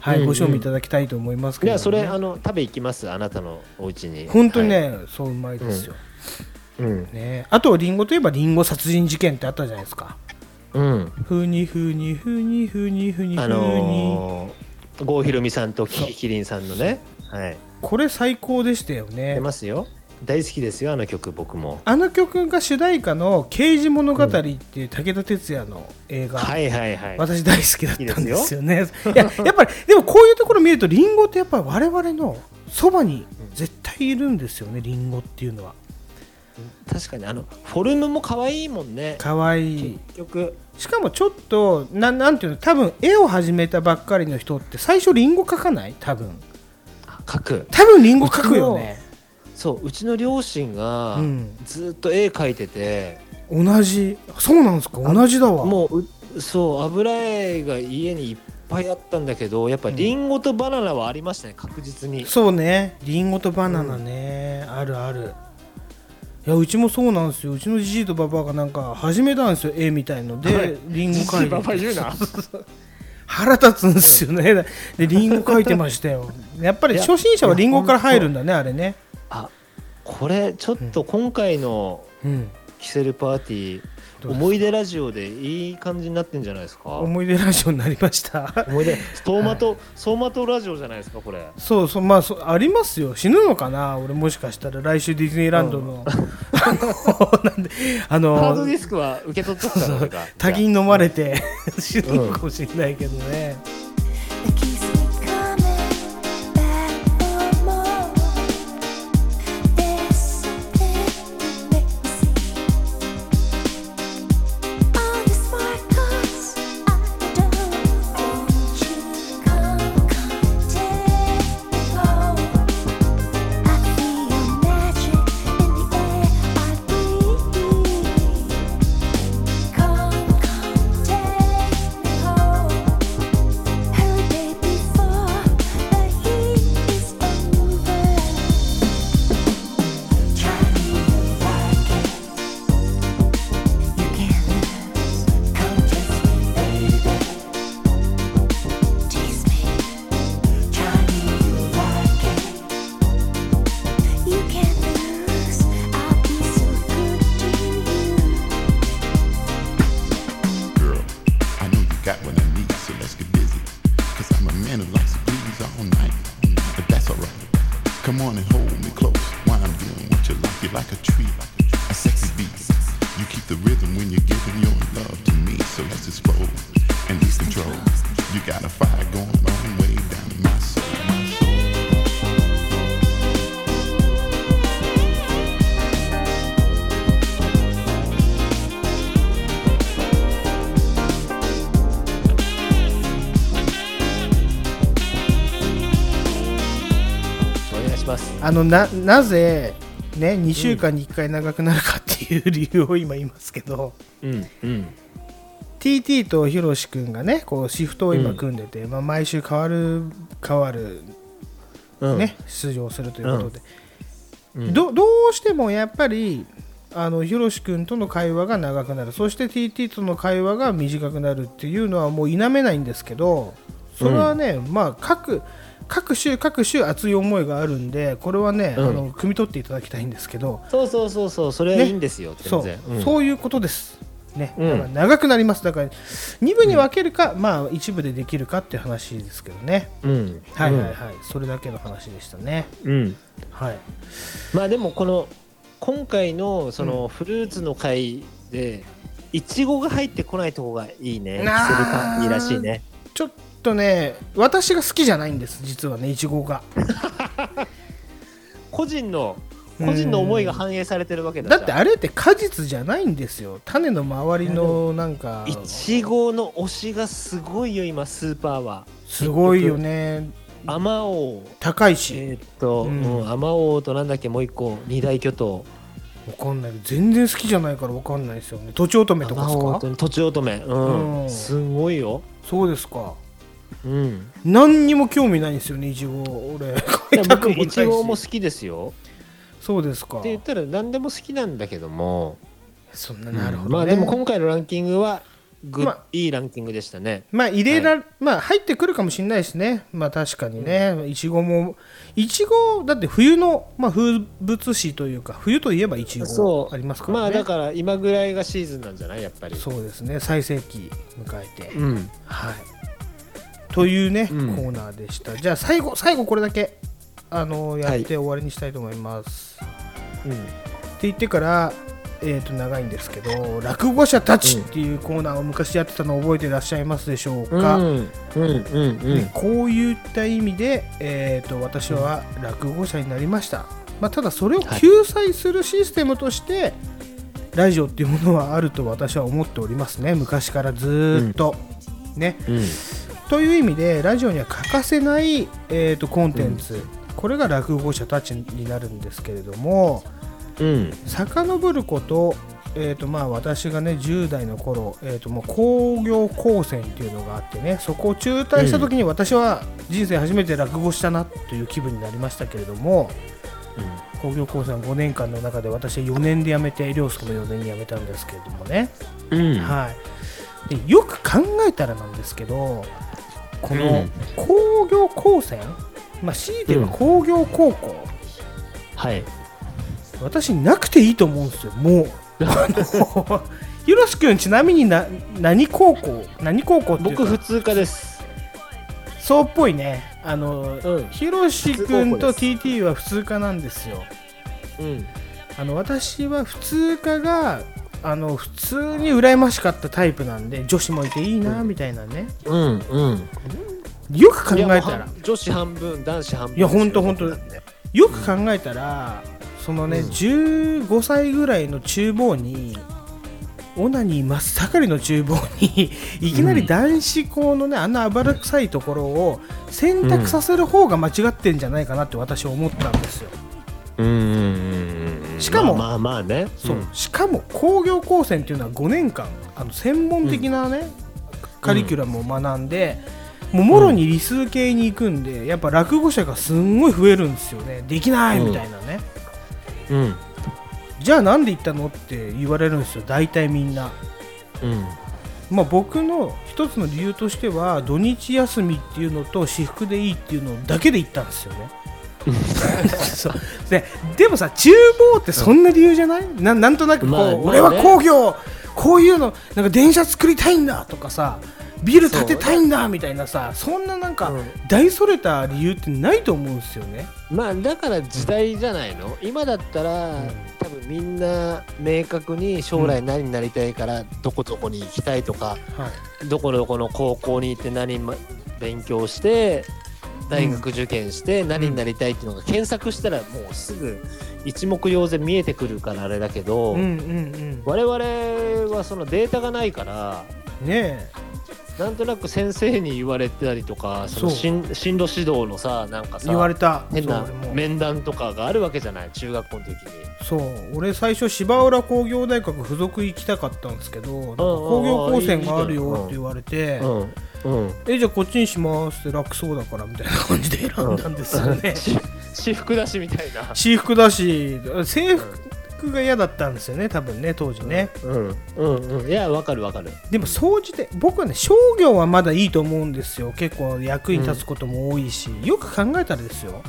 はい、
うん
ご賞味いただきたいと思いますけ
じ
ど、ね、
ゃあそれあの食べ行きますあなたのお家に
本当に
はい
ね、そううまいですよ、
うん
ね、あとリンゴといえばリンゴ殺人事件ってあったじゃないですか
うん
ふにふにふにふにふにふに、
あのー、郷ひろみさんとキキキリンさんのねはい
これ最高でしたよね
出ますよ大好きですよあの曲僕も
あの曲が主題歌の「刑事物語」っていう武田鉄矢の映画、
はいはいはい
私大好きだったんですよね。いややっぱりでもこういうところ見るとリンゴってやっぱり我々のそばに絶対いるんですよねリンゴっていうのは。
確かにあのフォルムも可愛いもんね
可愛い
結局
しかもちょっとななんていうの多分絵を始めたばっかりの人って最初リンゴ描かない多分
書く
多分リンゴ描くよね。
そううちの両親が
うん
ずっと絵描いてて、
同じそうなんですか同じだわ。
もううそう油絵が家にいっぱいあったんだけどやっぱりんごとバナナはありましたね確実に、
そうねリンゴとバナナね、あるあるいやうちもそうなんですようちのじじいとばばあがなんか始めたんですよ絵みたいので、
はい
リンゴ
じ
描
じ
い
いばば
て
言うな
腹立つんですよねでリンゴ描いてましたよやっぱり
いや
初心者はリンゴから入るんだねあれね
あこれちょっと今回の
うん
キセルパーティー、
どうです
思い出ラジオでいい感じになってんじゃないですか
思い出ラジオになりました
思い出トーマト、ソーマトラジオじゃないですかこれ
そうそうまあそうありますよ死ぬのかな俺もしかしたら来週ディズニーランドの、あのなんで あの
ハードディスクは受け取っとくから俺 が
滝に飲まれて 死ぬのかもしれないけどね、
They keep coming back for more. There's something that All the smart cars at the door. Won't you come, come, take I feel magic in the air I breathe. Come, come, take me home. Hurry, baby, before the heat is over. Try me if like it. You can lose. Come chase me, baby. Tease me. Try me if like it. You can lose. I'll be so good to you.
girl. I know you got what I need, so let's get busy. Cause I'm a man who likes to please all night, but that's alright. Come on and hold me close while I'm doing what you like. You're like a tree, a sexy beat. You keep the rhythm when you're giving your love to me, so let's explode and lose control. You got a fire going on way down my soul. My soul.
します
あのななぜね2週間に1回長くなるかっていう理由を今言いますけど、
うんうん
TT とひろしくんがねこうシフトを今組んでて、まあ、毎週変わる変わる、
うん
ね出場するということで、
うん
どどうしてもやっぱりあのひろしくんとの会話が長くなるそして TT との会話が短くなるっていうのはもう否めないんですけどそれはね、まあ各各週各週熱い思いがあるんでこれはね、
うん
あの汲み取っていただきたいんですけど
そうそうそうそうそれはいいんですよ、
そ
全
う
然、
そういうことです。ね、
うん
だから長くなりますだから2部に分けるか、まあ一部でできるかっていう話ですけどね
うん、うん、
はいはいはい、それだけの話でしたね
うん
はい
まあでもこの今回のそのフルーツの回でいちごが入ってこないとこがいいねする
なあ
感じらしいね
ちょっとね私が好きじゃないんです実はねいちごが
個人の個人の思いが反映されてるわけだ
だって
じゃ
あれって果実じゃないんですよ種の周りのなんか
んいちごの推しがすごいよ今スーパーは
すごいよね
あまおう
高いし
えーっと、
う
うんんアマオウとなんだっけもう一個二大巨頭
わかんない全然好きじゃないからわかんないですよねとちおとめと
ア
か
マ
です
オウ
か
ととちおとめうん、
うん
すごいよ
そうですか
うん
何にも興味ないんですよねいちご俺
い
買
や
いたくも
僕
ない
い
し
ちごも好きですよ
そうですか
って言ったら何でも好きなんだけども
そんななるほど、ね
まあでも今回のランキングはグッ、
まあ
いいランキングでしたね
まあ入れら、まあ入ってくるかもしれないしねまあ確かにねいちごもいちごだって冬の、まあ、風物詩というか冬といえばいちご
そう
ありますからね
まあだから今ぐらいがシーズンなんじゃないやっぱり
そうですね最盛期迎えて、
うん
はいというね、
うん
コーナーでしたじゃあ最後最後これだけあのやって終わりにしたいと思います、
うん
って言ってからえー、と長いんですけど「落語者たち」っていうコーナーを昔やってたのを覚えていらっしゃいますでしょうか、
うんうんうんうん
こういった意味で、えー、と私は落語者になりました、まあ、ただそれを救済するシステムとして、ラジオっていうものはあると私は思っておりますね昔からずーっと、ね
うん
という意味でラジオには欠かせない、えー、とコンテンツ、これが落語者たちになるんですけれども
うん
遡ること,、えー、とまあ私がね10代の頃、えー、ともう工業高専っていうのがあってねそこを中退した時に私は人生初めて落語したなという気分になりましたけれども、工業高専5年間の中で私は4年で辞めて涼介も4年に辞めたんですけれどもね、
うん
はい、でよく考えたらなんですけどこ
う
の
ん
工業高専、まあ、強いては工業高校、
はい
私なくていいと思うんですよ もうあのひろしくんちなみにな何高校何高校っていう
僕
か
普通科です
そうっぽいねあの、
うん
ひろしくんと
普通高校です
TT は普通科なんですよ
うん
あの私は普通科があの普通に羨ましかったタイプなんで女子もいていいなみたいなね、
うんうん
よく考
いやもう
えたら
半女子半分男子半分
いやほんとほんと
ですよ僕なんで
よく考えたらそのね、15歳ぐらいの厨房にオナニー真っ盛りの厨房にいきなり男子校のね、あんな暴らくさいところを選択させる方が間違ってんじゃないかなって私は思ったんですよ、
うんうんうんうん
しかも
まあまあまあね
そう
うん
しかも工業高専っていうのは5年間あの専門的なね、カリキュラムを学んで、もうもろに理数系に行くんでやっぱ落語者がすんごい増えるんですよねできないみたいなね、
うん
じゃあなんで行ったのって言われるんですよ大体みんな、
うん
まあ、僕の一つの理由としては土日休みっていうのと私服でいいっていうのだけで行ったんですよねそうででもさ厨房ってそんな理由じゃない、ななんとなくこう、
まあまあね
俺は工業こういうのなんか電車作りたいんだとかさビル建てたいんだみたいなさそんななんか
うん
大それた理由ってないと思うんですよね、
まあだから時代じゃないの今だったら、
うん
多分みんな明確に将来何になりたいからどこどこに行きたいとか、
はい、
どこどこの高校に行って何ま勉強して大学受験して何になりたいっていうのが検索したらもうすぐ一目瞭然見えてくるからあれだけど、
うんうんうんね
我々はそのデータがないから
え
なんとなく先生に言われたりとかその
そう
進進路指導のさなんかさ
言われた
変な
そう俺も
面談とかがあるわけじゃない中学校の時に
そう俺最初芝浦工業大学附属行きたかったんですけどなんか工業高専があるよって言われて
うんうん
えじゃあこっちにしますって楽そうだからみたいな感じで選んだんですよね
私服だしみたいな
私服だし制服が嫌だったんですよね多分ね当時ね
うんうんうんいやわかるわかる
でも総じて僕はね商業はまだいいと思うんですよ結構役に立つことも多いし、よく考えたらですよ、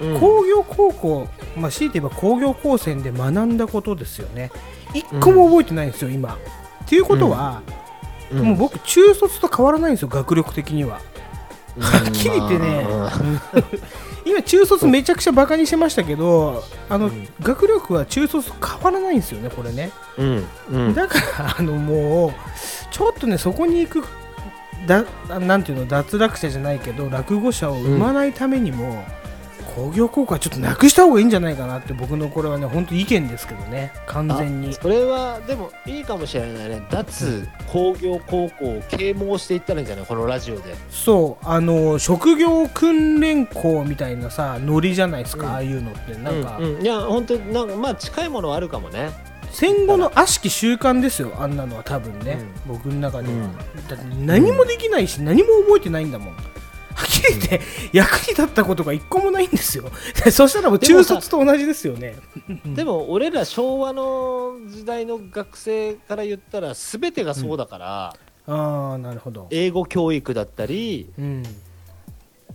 うん
工業高校、まあ、強いて言えば工業高専で学んだことですよね一個も覚えてないんですよ、今っていうことは、
うん
もう僕中卒と変わらないんですよ学力的にははっきり言ってね、今中卒めちゃくちゃバカにしてましたけどあの、学力は中卒と変わらないんですよねこれね
うんうん
だからあのもうちょっとねそこに行くだなんていうの脱落者じゃないけど落語者を生まないためにも、工業高校はちょっとなくした方がいいんじゃないかなって僕のこれはね本当意見ですけどね完全に
それはでもいいかもしれないね脱工業高校を啓蒙していったらいいんじゃないこのラジオで
そうあの職業訓練校みたいなさノリじゃないですか、ああいうのってなんか、
うんうんいや本当になんかまあ近いものはあるかもね
戦後の悪しき習慣ですよあんなのは多分ね、僕の中では、だって何もできないし、何も覚えてないんだもんはっきり言って、役に立ったことが一個もないんですよ そしたらもう中卒と同じですよね
でも俺ら昭和の時代の学生から言ったら全てがそうだから、
ああなるほど
英語教育だったり
うん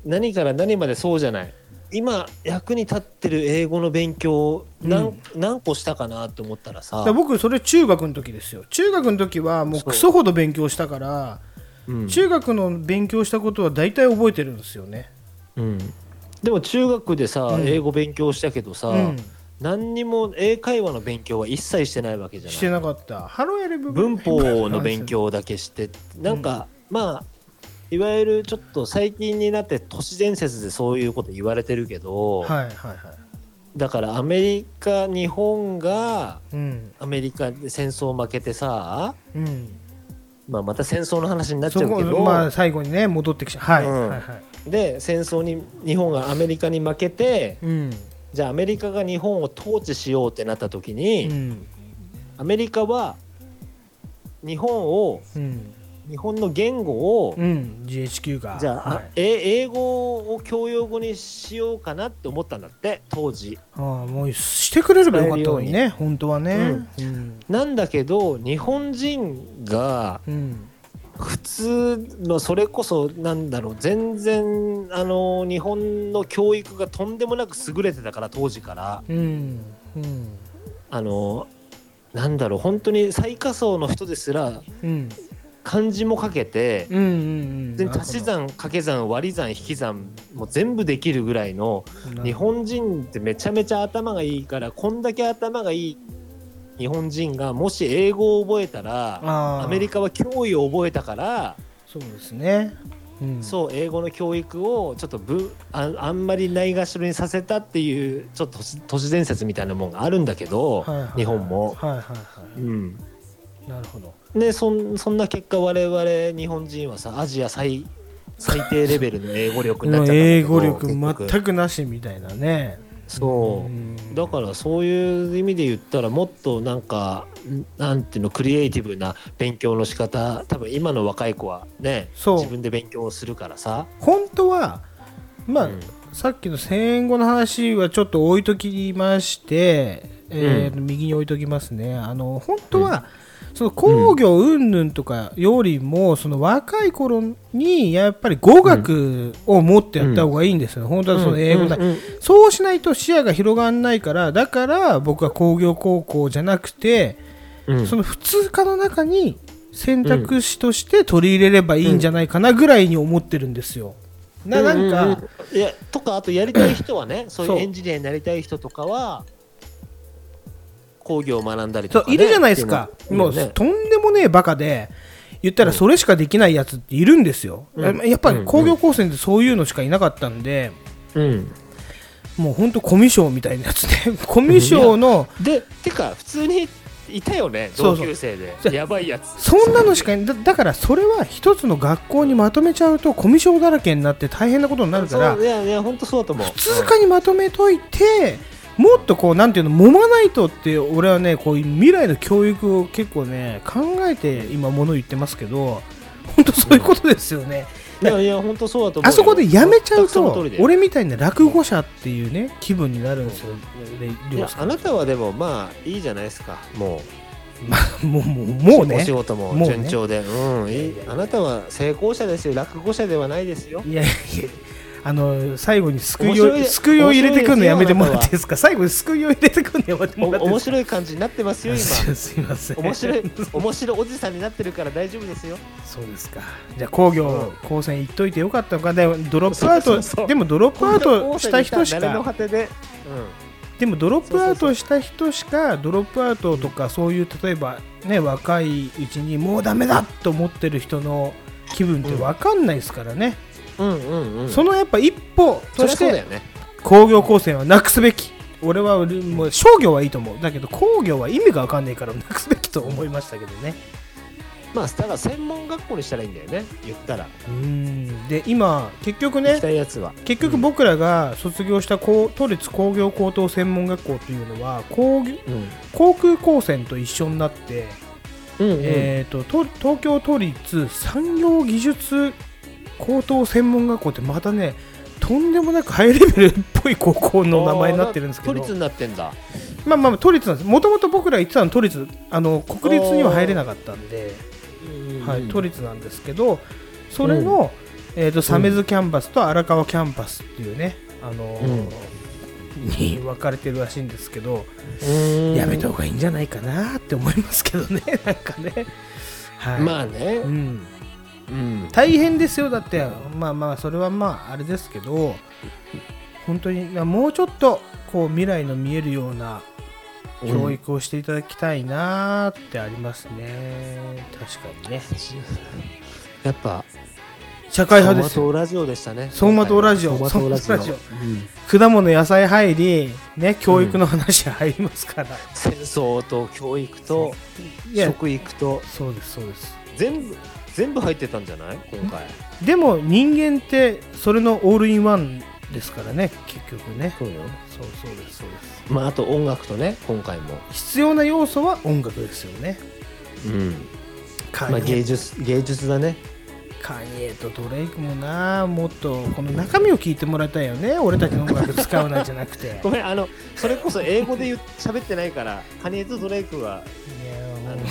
何から何までそうじゃない今役に立ってる英語の勉強を何,、何個したかなと思ったら
だ
さ
から僕それ中学の時ですよ中学の時はもうクソほど勉強したから、
うん
中学の勉強したことは大体覚えてるんですよね
うんでも中学でさ、英語勉強したけどさ、
うん
何にも英会話の勉強は一切してないわけじゃない
してなかったハローエレブ
文法の勉強だけしてなんか、まあいわゆるちょっと最近になって都市伝説でそういうこと言われてるけど、
はいはいはい
だからアメリカ日本が
うん
アメリカで戦争負けてさ、
うん
まあ、また戦争の話になっち
そ
ゃう
こ
けど、
まあ最後にね戻ってきちゃうはい、
うん
はいはい
で戦争に日本がアメリカに負けて
うん
じゃあアメリカが日本を統治しようってなった時に、
うん
アメリカは日本を
うん
日本の言語を、
うん、GHQ が
じゃあ、
は
あ
い、
え英語を教養語にしようかなって思ったんだって当時
ああもうしてくれればよかったのにね本当はねうん
なんだけど日本人が
うん
普通のそれこそなんだろう全然あの日本の教育がとんでもなく優れてたから当時から
うんうん
あのなんだろう本当に最下層の人ですら
うん
漢字も書けて
うんうんうん
足し算掛け算割り算引き算も全部できるぐらいの日本人ってめちゃめちゃ頭がいいからこんだけ頭がいい日本人がもし英語を覚えたらア
ア
メリ
カ
カは脅威を覚えたから
そうですね、うん、
そう英語の教育をちょっとぶああんまりないがしろにさせたっていうちょっと都市都市伝説みたいなもんがあるんだけど、
はいはいはい
日本も。
はいはいは
うん、
いなるほど
でそんそんな結果我々日本人はさアジア最最低レベルの英語力になっちゃったんだけど
英語力
結
全
局
くなしみたいなね
そう、
ん
だからそういう意味で言ったらもっとなんかんなんていうのクリエイティブな勉強の仕方多分今の若い子はね
そう
自分で勉強をするからさ
本当はまあ、
うん
さっきの戦後の話はちょっと置いときまして、えーと右に置いときますねあの本当は、その工業云々とかよりも、その若い頃にやっぱり語学を持ってやった方がいいんですよ、本当はその英語だ、そうしないと視野が広がらないからだから僕は工業高校じゃなくて、
うん
その普通科の中に選択肢として取り入れればいいんじゃないかなぐらいに思ってるんですよ。ななんか、
いやとかあとやりたい人はねそういう
そう
エンジニアになりたい人とかは工業を学んだり
そ
と
う
か、ね、
いるじゃないですか、
ってい
も
の
う
ね
とんでもねえバカで、言ったらそれしかできないやつっているんですよ、
うん
やっぱり工業高専でそういうのしかいなかったんで、
うん
もう本当、コミュ障みたいなやつで、コミュ障の、
でてか普通にいたよね
そう
同
そう
級生で
じゃ
やばいやつ
そんなのしかだだからそれは一つの学校にまとめちゃうとコミュ障だらけになって大変なことになるか
そう
ら
いやいや本当そうだと思う
通貨にまとめといてもっとこうなんていうの揉まないとって俺はねこういう未来の教育を結構ね考えて今物言ってますけど本当そういうことですよね、
うんいやいや本当そうだと思う
あそこでやめちゃう
全くその通
と
りだよ
俺みたいな落語者っていうね気分になるんですよ、ね
い
りょう
や
さん
あなたはでもまあいいじゃないですかも
もうもうもう
うお
ね
仕事も
もうね
順調でうんいいあなたは成功者ですよ落語者ではないですよ
いやいやあの最後に救い
面白
を
い
救いを入れてくるのやめてもらっ
面
ていい
白い
ですか最後に救いを入れてくるのやめて
お
もらっていい
面
ですか
白い感じになってますよ今
すいません
面白い面白いおじさんになってるから大丈夫ですよ
そうですか。じゃあ工業高専行っといてよかったのかでもドロップアウ
そうそ
ト
うそう
でもドロップアウトした人し
誰の果
か
てで、
でもドロップアウトした人しかドロップアウトとかそういう例えばね若いうちにもうダメだと思ってる人の気分ってわかんないですからね。
うん、うんうんうん
そのやっぱ一歩
そ
と
りゃ
し
そうだよ
て
ね
工業高専はなくすべき。俺はもう商業はいいと思う。だけど工業は意味がわかんないからなくすべきと思いましたけどね。
まあただ専門学校にしたらいいんだよね言ったら
うん。で今結局
行
ね
きたいやつは
結局僕らが卒業した高都立工業高等専門学校というのは工業
うん
航空高専と一緒になって、
うんうん
えー、とと東京都立産業技術高等専門学校ってまたねとんでもなくハイレベルっぽい高校の名前になってるんですけ
あー
ど
都立になってんだ
まあまあ都立なんですもともと僕ら行ってたの都立あの国立には入れなかったんで、はい、都立なんですけどそれの、えー、とサメズキャンバスと荒川キャンバスっていうね、あのーに分かれてるらしいんですけど、やめた方がいいんじゃないかなって思いますけどねなんかね、はい
まあね
うん、
うん
大変ですよだってまあまあそれはまああれですけど本当にもうちょっとこう未来の見えるような教育をしていただきたいなーってありますね、確かにね
やっぱ
社会
相
派で
馬
すよ
灯ラジオでしたね
相馬灯ラジオ
相馬灯ラジオ
相馬灯ラ
うん
果物野菜入りね教育の話入りますから、
戦争と教育と
いや
食育と
そうですそうです
全部全部入ってたんじゃない今回
でも人間ってそれのオールインワンですからね結局ね
そうよ
そうそうですそうです
まああと音楽とね今回も
必要な要素は音楽ですよね
うん
カ
まあ
ニエ
芸術芸術だね
カニエとドレイクもなもっとこの中身を聞いてもらいたいよね俺たちの音楽使うなんじゃなくていや
ごめんあのそれこそ英語で言う喋ってないからカニエとドレイクはあ
もう
の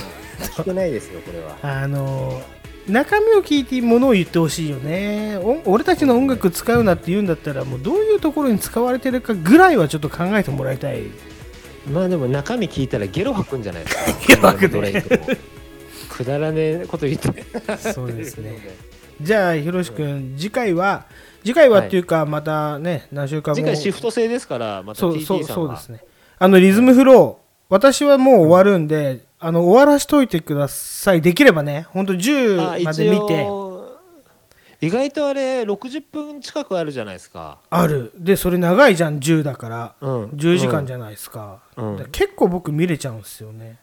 聞けないですよこれは
あの中身を聞いてものを言ってほしいよねお俺たちの音楽使うなって言うんだったらもうどういうところに使われてるかぐらいはちょっと考えてもらいたい
まあでも中身聞いたらゲロ吐くんじゃないですか
ゲロ吐くね
ドレイクもくだらねえこと言って
そうですね じゃあひろし君次回は次回はっていうかまたね何週間後
次回シフト制ですからまた
そうそう
TT さ
そ
ん
うで
は
すねあのリズムフロー私はもう終わるんであの終わらしといてくださいできればね本当
あ
10まで
一
見て
応意外とあれ60分近くあるじゃないですか
あるでそれ長いじゃん10だから、
うん
10時間じゃないですか,、
うん
結構僕見れちゃうんですよね、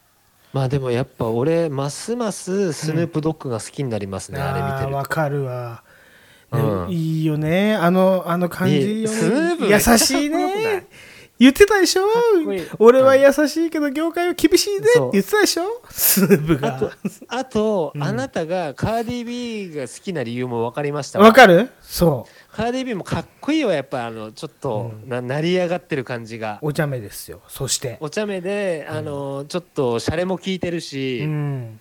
まあでもやっぱ俺ますますスヌープドッグが好きになりますね、あれ
あー
見てる
わ
と
かるわ、ね
うん
いいよねあのあの感じ
い
よ
いスヌー
ね
プ
優しい
かっこよくな
ね
い
言ってたでしょ
こいい
俺は優しいけど業界は厳しいね
そう
って言ってたでしょスヌープ
あと
が
あと、あなたがカーディビーが好きな理由も分かりましたわ
わかるそう
カーディビーもかっこいいわやっぱあのちょっとな成り上がってる感じが
お茶目ですよそして
お茶目で、あのちょっとシャレも効いてる
う
し、
ん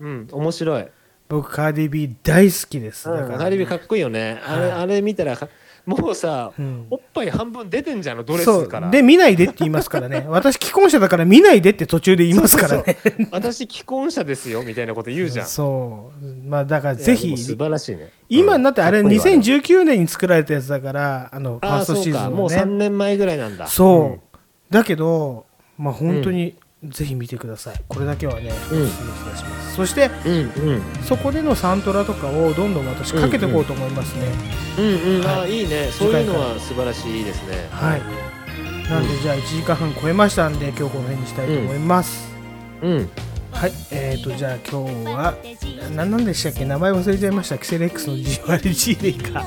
うん面白い、
僕カーディビー大好きです、だ
うん
から
カーディビーかっこいいよね、あれあれ見たらかもうさ、
ん
おっぱい半分出てんじゃんあのドレ
そ
ス
う
から
で見ないでって言います からね私既婚者だから見ないでって途中で言いますからね
そう私既婚者ですよみたいなこと言うじゃん
そうまあだからぜ
いやで
ひ
も素晴らしいね
今になってあれ
かっこいいわ
2019年に作られたやつだからあのファー
ああ
スト
そ
シ
う
ーズ
か
ン
も
の
う3
ね
年前ぐらいなんだ
そうだけどまあ本当にぜひ見てください、これだけはねお
うん
すすめいたします、そして
うんうん
そこでのサントラとかをどんどん私かけていこうと思いますね、
うんうん、あ
は
あいいねそういうのは素晴らしいいいですね
はい。なんで、じゃあ1時間半超えましたんで、今日この辺にしたいと思います。
うん
はい、えーと、じゃあ今日は、何なんでしたっけ名前忘れちゃいました。キセレックスの GRG でいいか。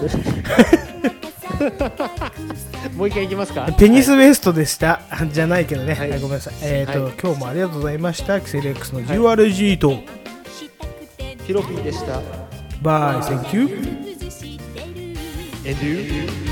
もう一回いきますか
ペニスウエストでした。じゃないけどね。はいい、ごめんなさい。えーと、
はい
今日もありがとうございました。キセレックスの GRG と、
ヒロピーでした
バイ、センキュー。
And you?